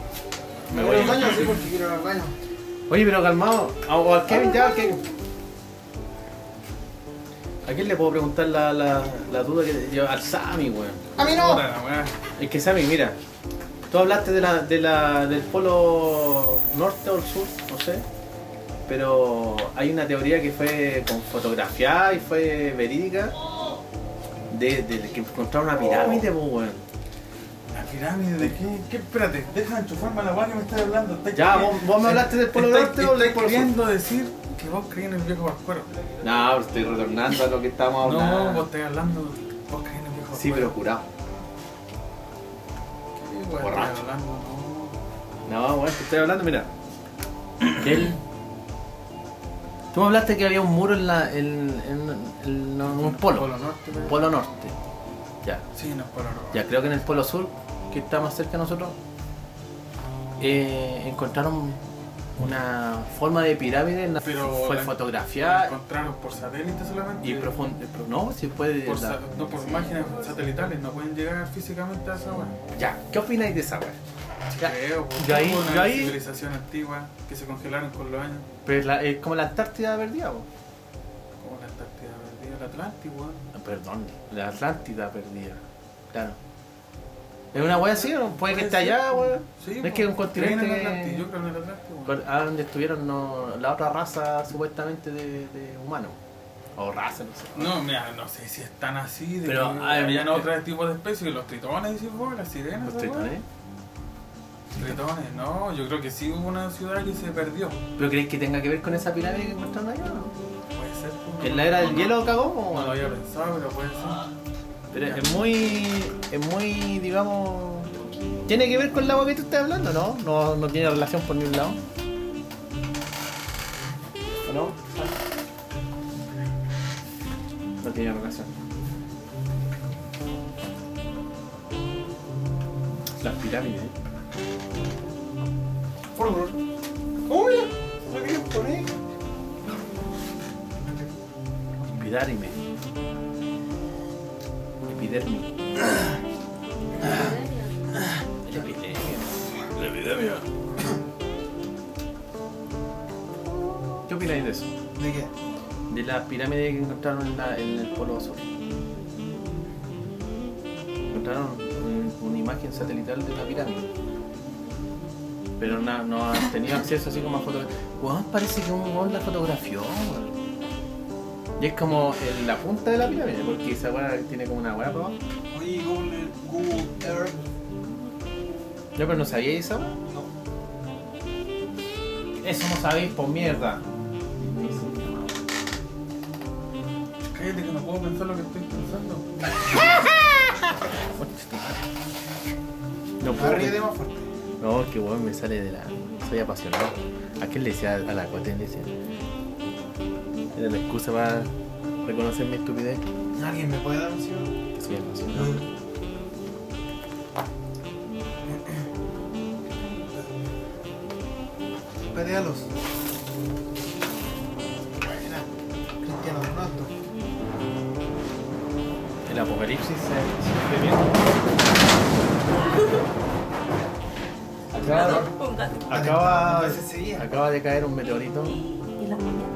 B: Me
D: Me
B: voy al
D: voy.
B: baño, sí, porque quiero ir al baño.
D: Oye, pero calmado. A, o al Kevin, ya, al Kevin. ¿A quién le puedo preguntar la, la, la duda que yo? Al Sammy, weón.
B: ¡A mí
E: Puta
B: no!
E: la weá.
D: Es que Sammy, mira, tú hablaste de la, de la, del polo norte o el sur, no sé, pero hay una teoría que fue con fotografía y fue
O: Oh.
D: verídica de, de que encontraron una pirámide, pues, weón.
E: La pirámide de qué? ¿Qué? Espérate, deja de enchufarme a la weá que me estás hablando. estáis
D: Ya,
E: creyendo-
D: vos- vos me hablaste del Polo
E: estáis-
D: Norte o del
E: estáis
D: Polo Sur.
E: queriendo decir que vos creí en el viejo vascuero.
O: No, pero estoy retornando a lo que estábamos
D: pues,
E: No, vos
O: hablando.
E: estás hablando, vos creí en el viejo vascuero.
O: sí, pero curado.
E: Sí, weá,
O: borracho.
E: estás hablando, no.
O: No, bueno, te estoy hablando, mira.
D: Él. Tú me hablaste que había un muro en la. en, en- en- no, un polo.
E: Polo Norte, pero-
D: Polo norte. Ya.
E: Sí, no es Polo Norte.
D: Ya creo que en el polo sur, que está más cerca de nosotros, eh, encontraron una forma de pirámide en la
E: Pero
D: fue
E: la- Lo
D: fotografiada
E: encontraron por satélite solamente.
D: y profunda. No, si puede.
E: Por
D: la-
E: sa- no, por imágenes satelitales, no pueden llegar físicamente a esa weá.
D: Ya, ¿qué opináis de esa wea? Ya,
E: Creo, porque
D: yo ahí-
E: hubo una
D: yo ahí-
E: civilización antigua que se congelaron con los años,
D: Pero es la- es como la Antártida perdida, po.
E: como la Antártida perdida, el Atlántico, weón.
D: No, Perdón, la Atlántida perdida. Claro. ¿Es una wea así o no? Puede que esté allá, weón.
E: Sí,
D: No
E: pues,
D: es que es un
E: creen en el
D: continente.
E: Atlántico, yo creo en el Atlántico. weón.
D: Con- A donde estuvieron no, la otra raza supuestamente de, de humanos. O raza, no sé.
E: No, mira, no sé si están así, de
D: Pero,
E: que
D: ah,
E: habían
D: eh,
E: otro tipo de especies, los tritones, decís vos, las sirenas.
D: Los
E: esa weá.
D: tritones.
E: Tritones, no, yo creo que sí hubo una ciudad que se perdió.
D: ¿Pero crees que tenga que ver con esa pirámide que encontraron allá?
E: Puede ser. pues,
D: ¿En la era del
E: no,
D: hielo cagó?
E: No, no
D: o-
E: lo había pensado, pero puede ser.
D: Pero es muy. es muy, digamos. Tiene que ver con el agua que tú estás hablando, ¿no? No, no tiene relación por ningún lado. ¿O no? No tiene relación. Las pirámides.
B: Por favor. ¡Oh, mira! ¿Lo querías poner?
D: Epidárime. Epidermi. La epidemia. La epidemia. ¿Qué opináis de eso?
B: ¿De qué?
D: De la pirámide que encontraron en, la- en el Polo Sur. Encontraron eh, una imagen satelital de la pirámide. Pero na- no han tenido acceso así como a fotografías. Weón, parece que un weón la fotografió, weón. Y es como en la punta de la pirámide, porque esa weá tiene como una weá para abajo.
B: Oye, Google, Google Earth.
D: No, pero no sabíais esa weá. Eso no sabéis por mierda.
E: Cállate que no puedo pensar lo que estoy pensando.
D: No puedo.
B: Arriba de más fuerte.
D: No, que weón me sale de la. Soy apasionado. ¿A quién le decía a la Cote? Le decía. Era la excusa para reconocer mi estupidez.
B: ¿Alguien me puede dar un cigarro?
D: Que soy apasionado.
B: Patealos. Mira, Cristiano Ronaldo.
D: El apocalipsis se Acaba,
F: Un gato.
D: acaba,
B: A veces seguía.
D: acaba de caer un meteorito.
F: Y las mañanas.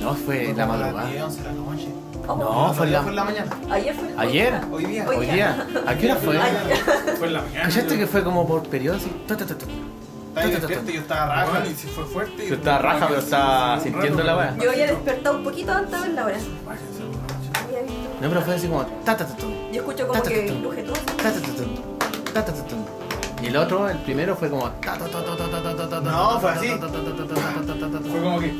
B: No, no fue en
D: No, fue en la
B: la mañana, la hora. Fue como a las
D: madrugada.
B: 10, 11 de la noche.
D: No, fue en
B: Fue en
D: la.
B: la mañana.
F: Oh, Ayer fue.
D: Ayer.
B: Hoy día.
D: Hoy día. ¿A qué hora fue?
E: Fue en la mañana.
D: ¿Cachaste que fue como por periodos? así, ta, ta, ta, ta?
B: Estaba ahí despierto y yo estaba raja.
E: Bueno, y si fue fuerte.
D: Yo estaba raja, pero estaba sintiendo la weá.
F: Yo había despertado un poquito antes de la hora.
E: Váyanse, borracho.
F: Había visto.
D: No, pero fue así como. ta, ta, ta, ta.
F: Yo escucho como que cruje todo.
D: Ta, ta, ta, ta. Ta, ta, ta, ta. Y el otro, el primero fue como. ta, ta, ta, ta, ta, ta, ta, ta, ta,
B: No, fue
D: ta,
B: así.
D: ta, ta, ta, ta, ta, ta, ta, ta, ta, ta.
E: Fue como que.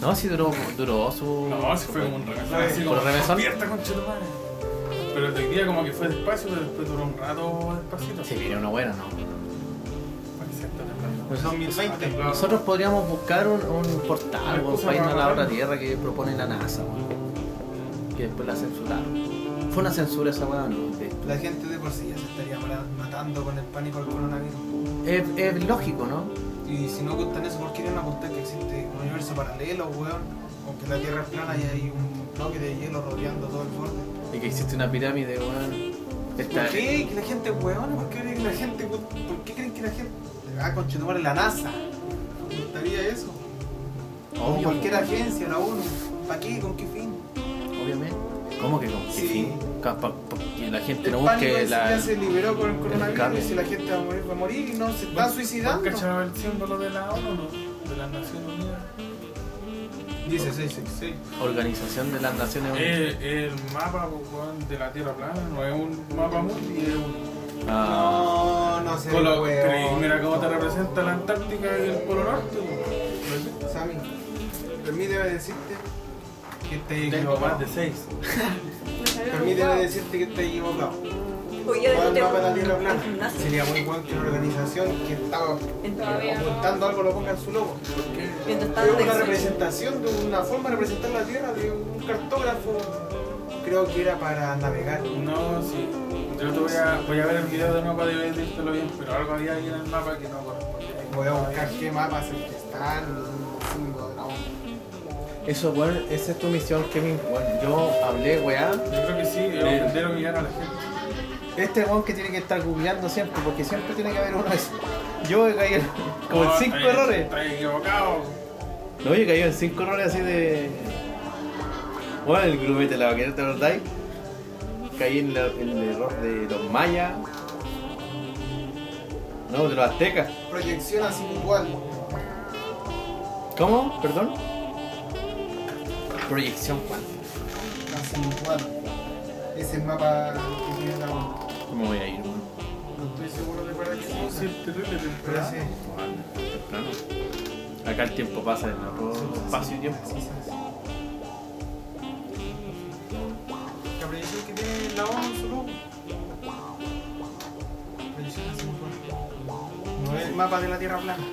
D: No, sí duró, duró su.
E: No, sí fue como un remesón. Así
D: ¿Por
E: como
D: remesón?
E: despierta con Pero el de hoy día como que fue despacio, pero después duró un rato despacito.
D: Sí, viene uno bueno, ¿no?
E: Parece estar temblando.
D: Pues,
B: 2020.
E: Ah, temblado.
D: Nosotros podríamos buscar un, un portal o un
E: Excusa
D: país a la
E: para
D: otra
E: agarrarlo.
D: tierra que propone la NASA, weón. Que después la censuraron. Fue una censura esa weá, ¿no? De-
B: La gente de por sí ya se estaría mara- matando con el pánico al coronavirus.
D: Es, es lógico, ¿no?
B: Y si no gustan eso, ¿por qué no apostar que existe un universo paralelo, weón? Aunque la Tierra es plana y hay un bloque de hielo rodeando todo el borde.
D: Y que existe una pirámide, weón. Esta-
B: ¿Por qué? ¿Que la gente es weona? ¿Por qué creen que la gente... ¿Por qué creen que la gente... Ah, conchetumar la NASA. ¿Me gustaría eso? o
P: Oh,
D: Obvio,
B: cualquier
D: po.
B: agencia, la ONU. ¿Para qué? ¿Con qué fin?
D: Obviamente. ¿Cómo que con qué
B: Sí.
D: fin? Ca- pa- pa- que la gente no
B: el pánico
D: busque
B: ese ya
D: la.
B: se liberó con el
D: cambio.
B: coronavirus y si la gente va a morir, va a morir y no se está
E: ¿Vos
B: suicidando.
E: ¿Cachaba el símbolo de la ONU, no? De las Naciones Unidas.
P: Dice, sí, sí, sí.
D: Organización de las Naciones Unidas.
E: El, Eh, el mapa pues, weón, de la Tierra plana no es un mapa mundi, es un.
D: Ah,
B: No, no sé.
E: Colo-
B: weón.
E: cre- Mira cómo te representa la Antártica y el Polo Norte. weón.
B: Sammy, permíteme decirte que estoy
E: Tengo más
B: equivocado.
E: de 6.
G: Me salieron un
B: Permíteme
G: huevo.
B: decirte que estoy equivocado.
F: Oye,
B: ¿Cuál
F: te-
B: mapa de la Tierra plana?
F: el gimnasio.
B: Sería muy bueno que una organización que estaba
F: Entre-
G: Todavía
B: ocultando algo lo ponga en su logo.
F: Mientras
B: Es
F: tanto,
B: una
F: existe-
B: representación de una forma de representar la Tierra de un cartógrafo. Creo que era para navegar.
E: No, sí. Yo te voy a, voy a ver el video del mapa de decírtelo bien, pero algo había ahí en el mapa que no correspondía.
B: Voy a buscar qué mapas el que están. cinco, no.
P: Eso, weón, esa es tu misión, Kevin. Weón, yo hablé, weá.
E: Yo creo que sí, es
D: Eh.
E: un que guiar a la gente.
P: Este weón que tiene que estar googleando siempre, porque siempre tiene que haber uno de esos. Yo he caído como en
E: No,
P: 5
E: estáis-
P: errores.
E: Estáis equivocados.
P: No, yo he caído en 5 errores así de. Bueno, el grumete de la vaquera, ¿te acordáis? Caí en la- en el error de los mayas. No, de los aztecas.
B: Proyección así puntual.
P: ¿Cómo? ¿Perdón? Proyección cuántica.
B: Así puntual. Ese mapa que tiene la No
P: ¿Cómo voy a ir, weón?
B: estoy seguro de para qué se usa,
E: Sí, el terrible
B: Pero
E: temprano.
B: sí.
P: Bueno, temprano. Acá el tiempo pasa en otro espacio y tiempo.
B: La proyección que tiene la ONU en su logo. Proyección así puntual. No es el mapa de la Tierra plana.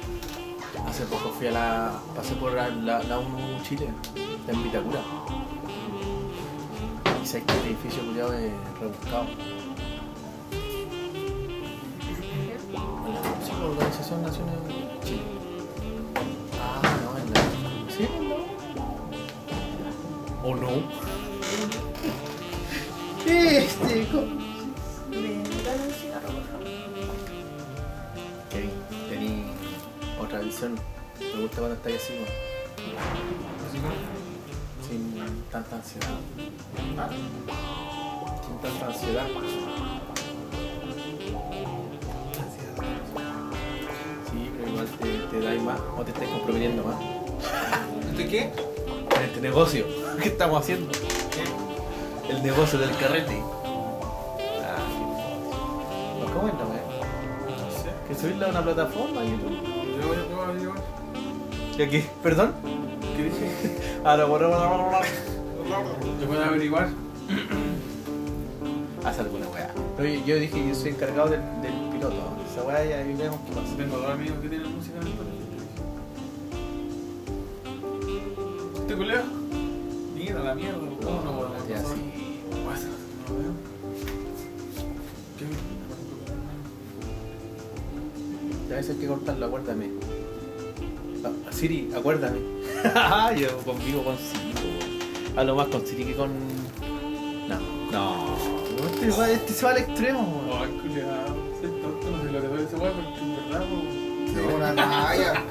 D: hace poco fui a la. pasé por la, la, la UNU Chile, en Vitacura. Y sé que el edificio culiado es rebuscado. Sí, la Organización Naciones Unidas. Chile. Ah, no, en la. ¿Sí? ¿O no?
F: Me dan un cigarro, por favor.
D: Kevin, tení otra visión. Me gusta cuando estáis así, ¿no? Sin tanta ansiedad. ¿Ah? Sin tanta ansiedad. Sí, pero igual te, te dais más o te estáis comprometiendo más
B: ¿De qué?
D: en este negocio. ¿Qué estamos haciendo? El negocio del carrete. Ah, ¿Pero ¿Cómo es la weá?
E: No sé.
D: Que subirla a una plataforma a YouTube.
E: Yo, yo, yo, yo.
P: ¿Y aquí? ¿Perdón?
E: ¿Qué dije?
D: Ah,
P: Ahora, bueno, bueno, bueno, bueno.
E: Yo puedo averiguar.
P: Haz alguna weá. Oye, yo dije, yo soy encargado del, del piloto. Esa weá ya ahí vemos qué pasa.
E: Tengo dos amigos que tienen música en el ¿Este culeo? Mira la mierda, ¿cómo no voy a
D: Ya,
E: pasar?
D: sí.
E: Pasa, no veo. ¿Qué?
P: A veces hay que cortarlo, acuérdame. Ah, Siri, acuérdame.
D: yo convivo con Siri. weón. Hablo más con Siri que con. No. No.
P: Este, va- este se va al extremo, weón.
E: Ay, culeado. Soy tonto, no sé lo que doy ese weón, porque en verdad, pues,
B: Es una talla.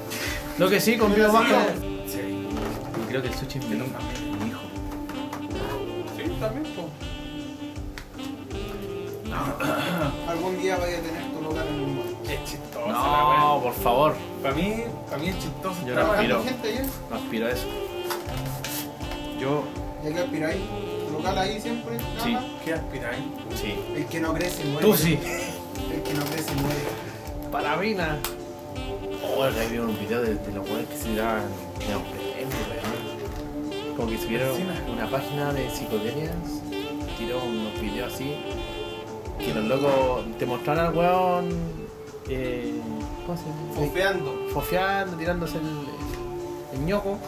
P: Lo que sí, conmigo más con.
D: Sí. Y creo que el sushi es mi mi hijo.
E: Sí, también, pues.
B: Algún día vaya a tener tu lugar en el mundo.
E: Es chistosa la weá.
D: No, por favor.
E: Para mí, para mí es chistoso.
D: Yo
E: esta weá.
D: Pero-
B: ¿Hay gente ayer?
D: No aspiro a eso. Yo.
B: Ya que aspiráis. Tu local ahí siempre. nada
D: Sí.
B: más.
E: ¿Qué aspiráis?
D: Sí.
B: El que no crece muere.
D: Tú sí.
B: El que no crece muere.
P: Para mí, nada.
D: Oh, acá vi un video de, de los weones que se daban tenían premios, weón. Como que subieron una página de psicodelias, tiró unos videos así, que los locos te mostraron al weón. Eh, ¿Cómo se llama?
B: Fofeando.
P: Fofeando, tirándose el, el ñoco.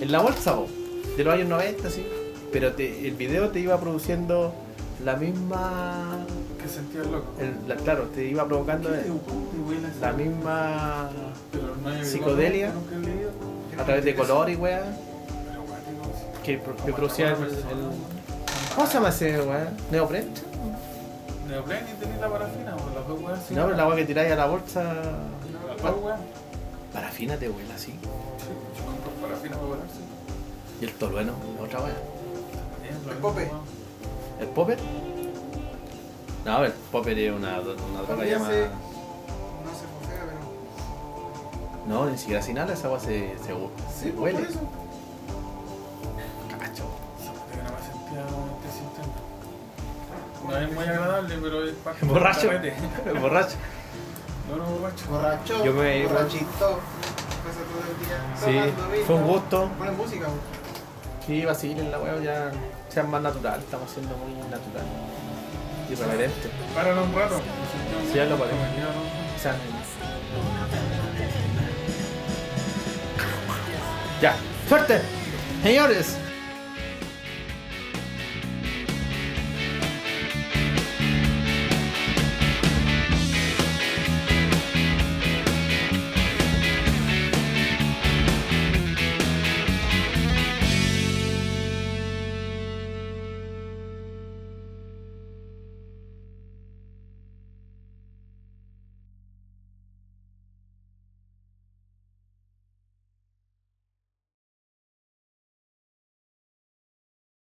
P: En la bolsa, po, de los años 90, sí. Pero te- el video te iba produciendo la misma.
E: ¿Qué sentido es loco?
P: el- la- claro, te iba provocando
E: Te huele a
P: la
E: esa-
P: misma.
E: pero no hay-
P: psicodelia.
E: Nunca he leído.
P: a través de color y weá.
E: Pero weá, digo,
P: Que, pro- que producía el, el- ¿Cómo se llama ese weá? ¿Neopren?
E: Neopren y tenés la parafina, o las dos weas. sí.
P: No, pero la weá que tiráis a la bolsa.
E: Las dos weas.
D: Parafina te huele así.
E: Sí, yo compro parafina para volar, sí.
D: Y el tolueno, la otra wea.
E: También, lo
B: El
E: mismo,
B: Pope.
E: weón.
D: ¿El popper? No, el popper es una, una droga
B: También
D: llamada.
B: se- No se fofea, pero.
D: No, ni siquiera sin nada, esa agua se, se, hu- se
B: pues,
D: huele.
B: por eso.
E: Cacho. Esa puta que no me sentía este sistema. No es muy agradable, pero es parte del
D: Borracho.
E: carrete.
D: Borracho.
E: No, no, borracho.
B: Borracho,
D: Yo me-
B: borrachito. Pasa todo el día.
D: Sí,
B: tomando vino.
D: fue un gusto.
B: Ponen música, güey.
D: Sí, vacilen la hueá, ya sean más natural, estamos siendo muy natural. Irreverente.
E: Páralo un rato.
D: Sí, hazlo para ti.
E: Imagínalo.
D: O sea, Ya. ¡Suerte! Señores,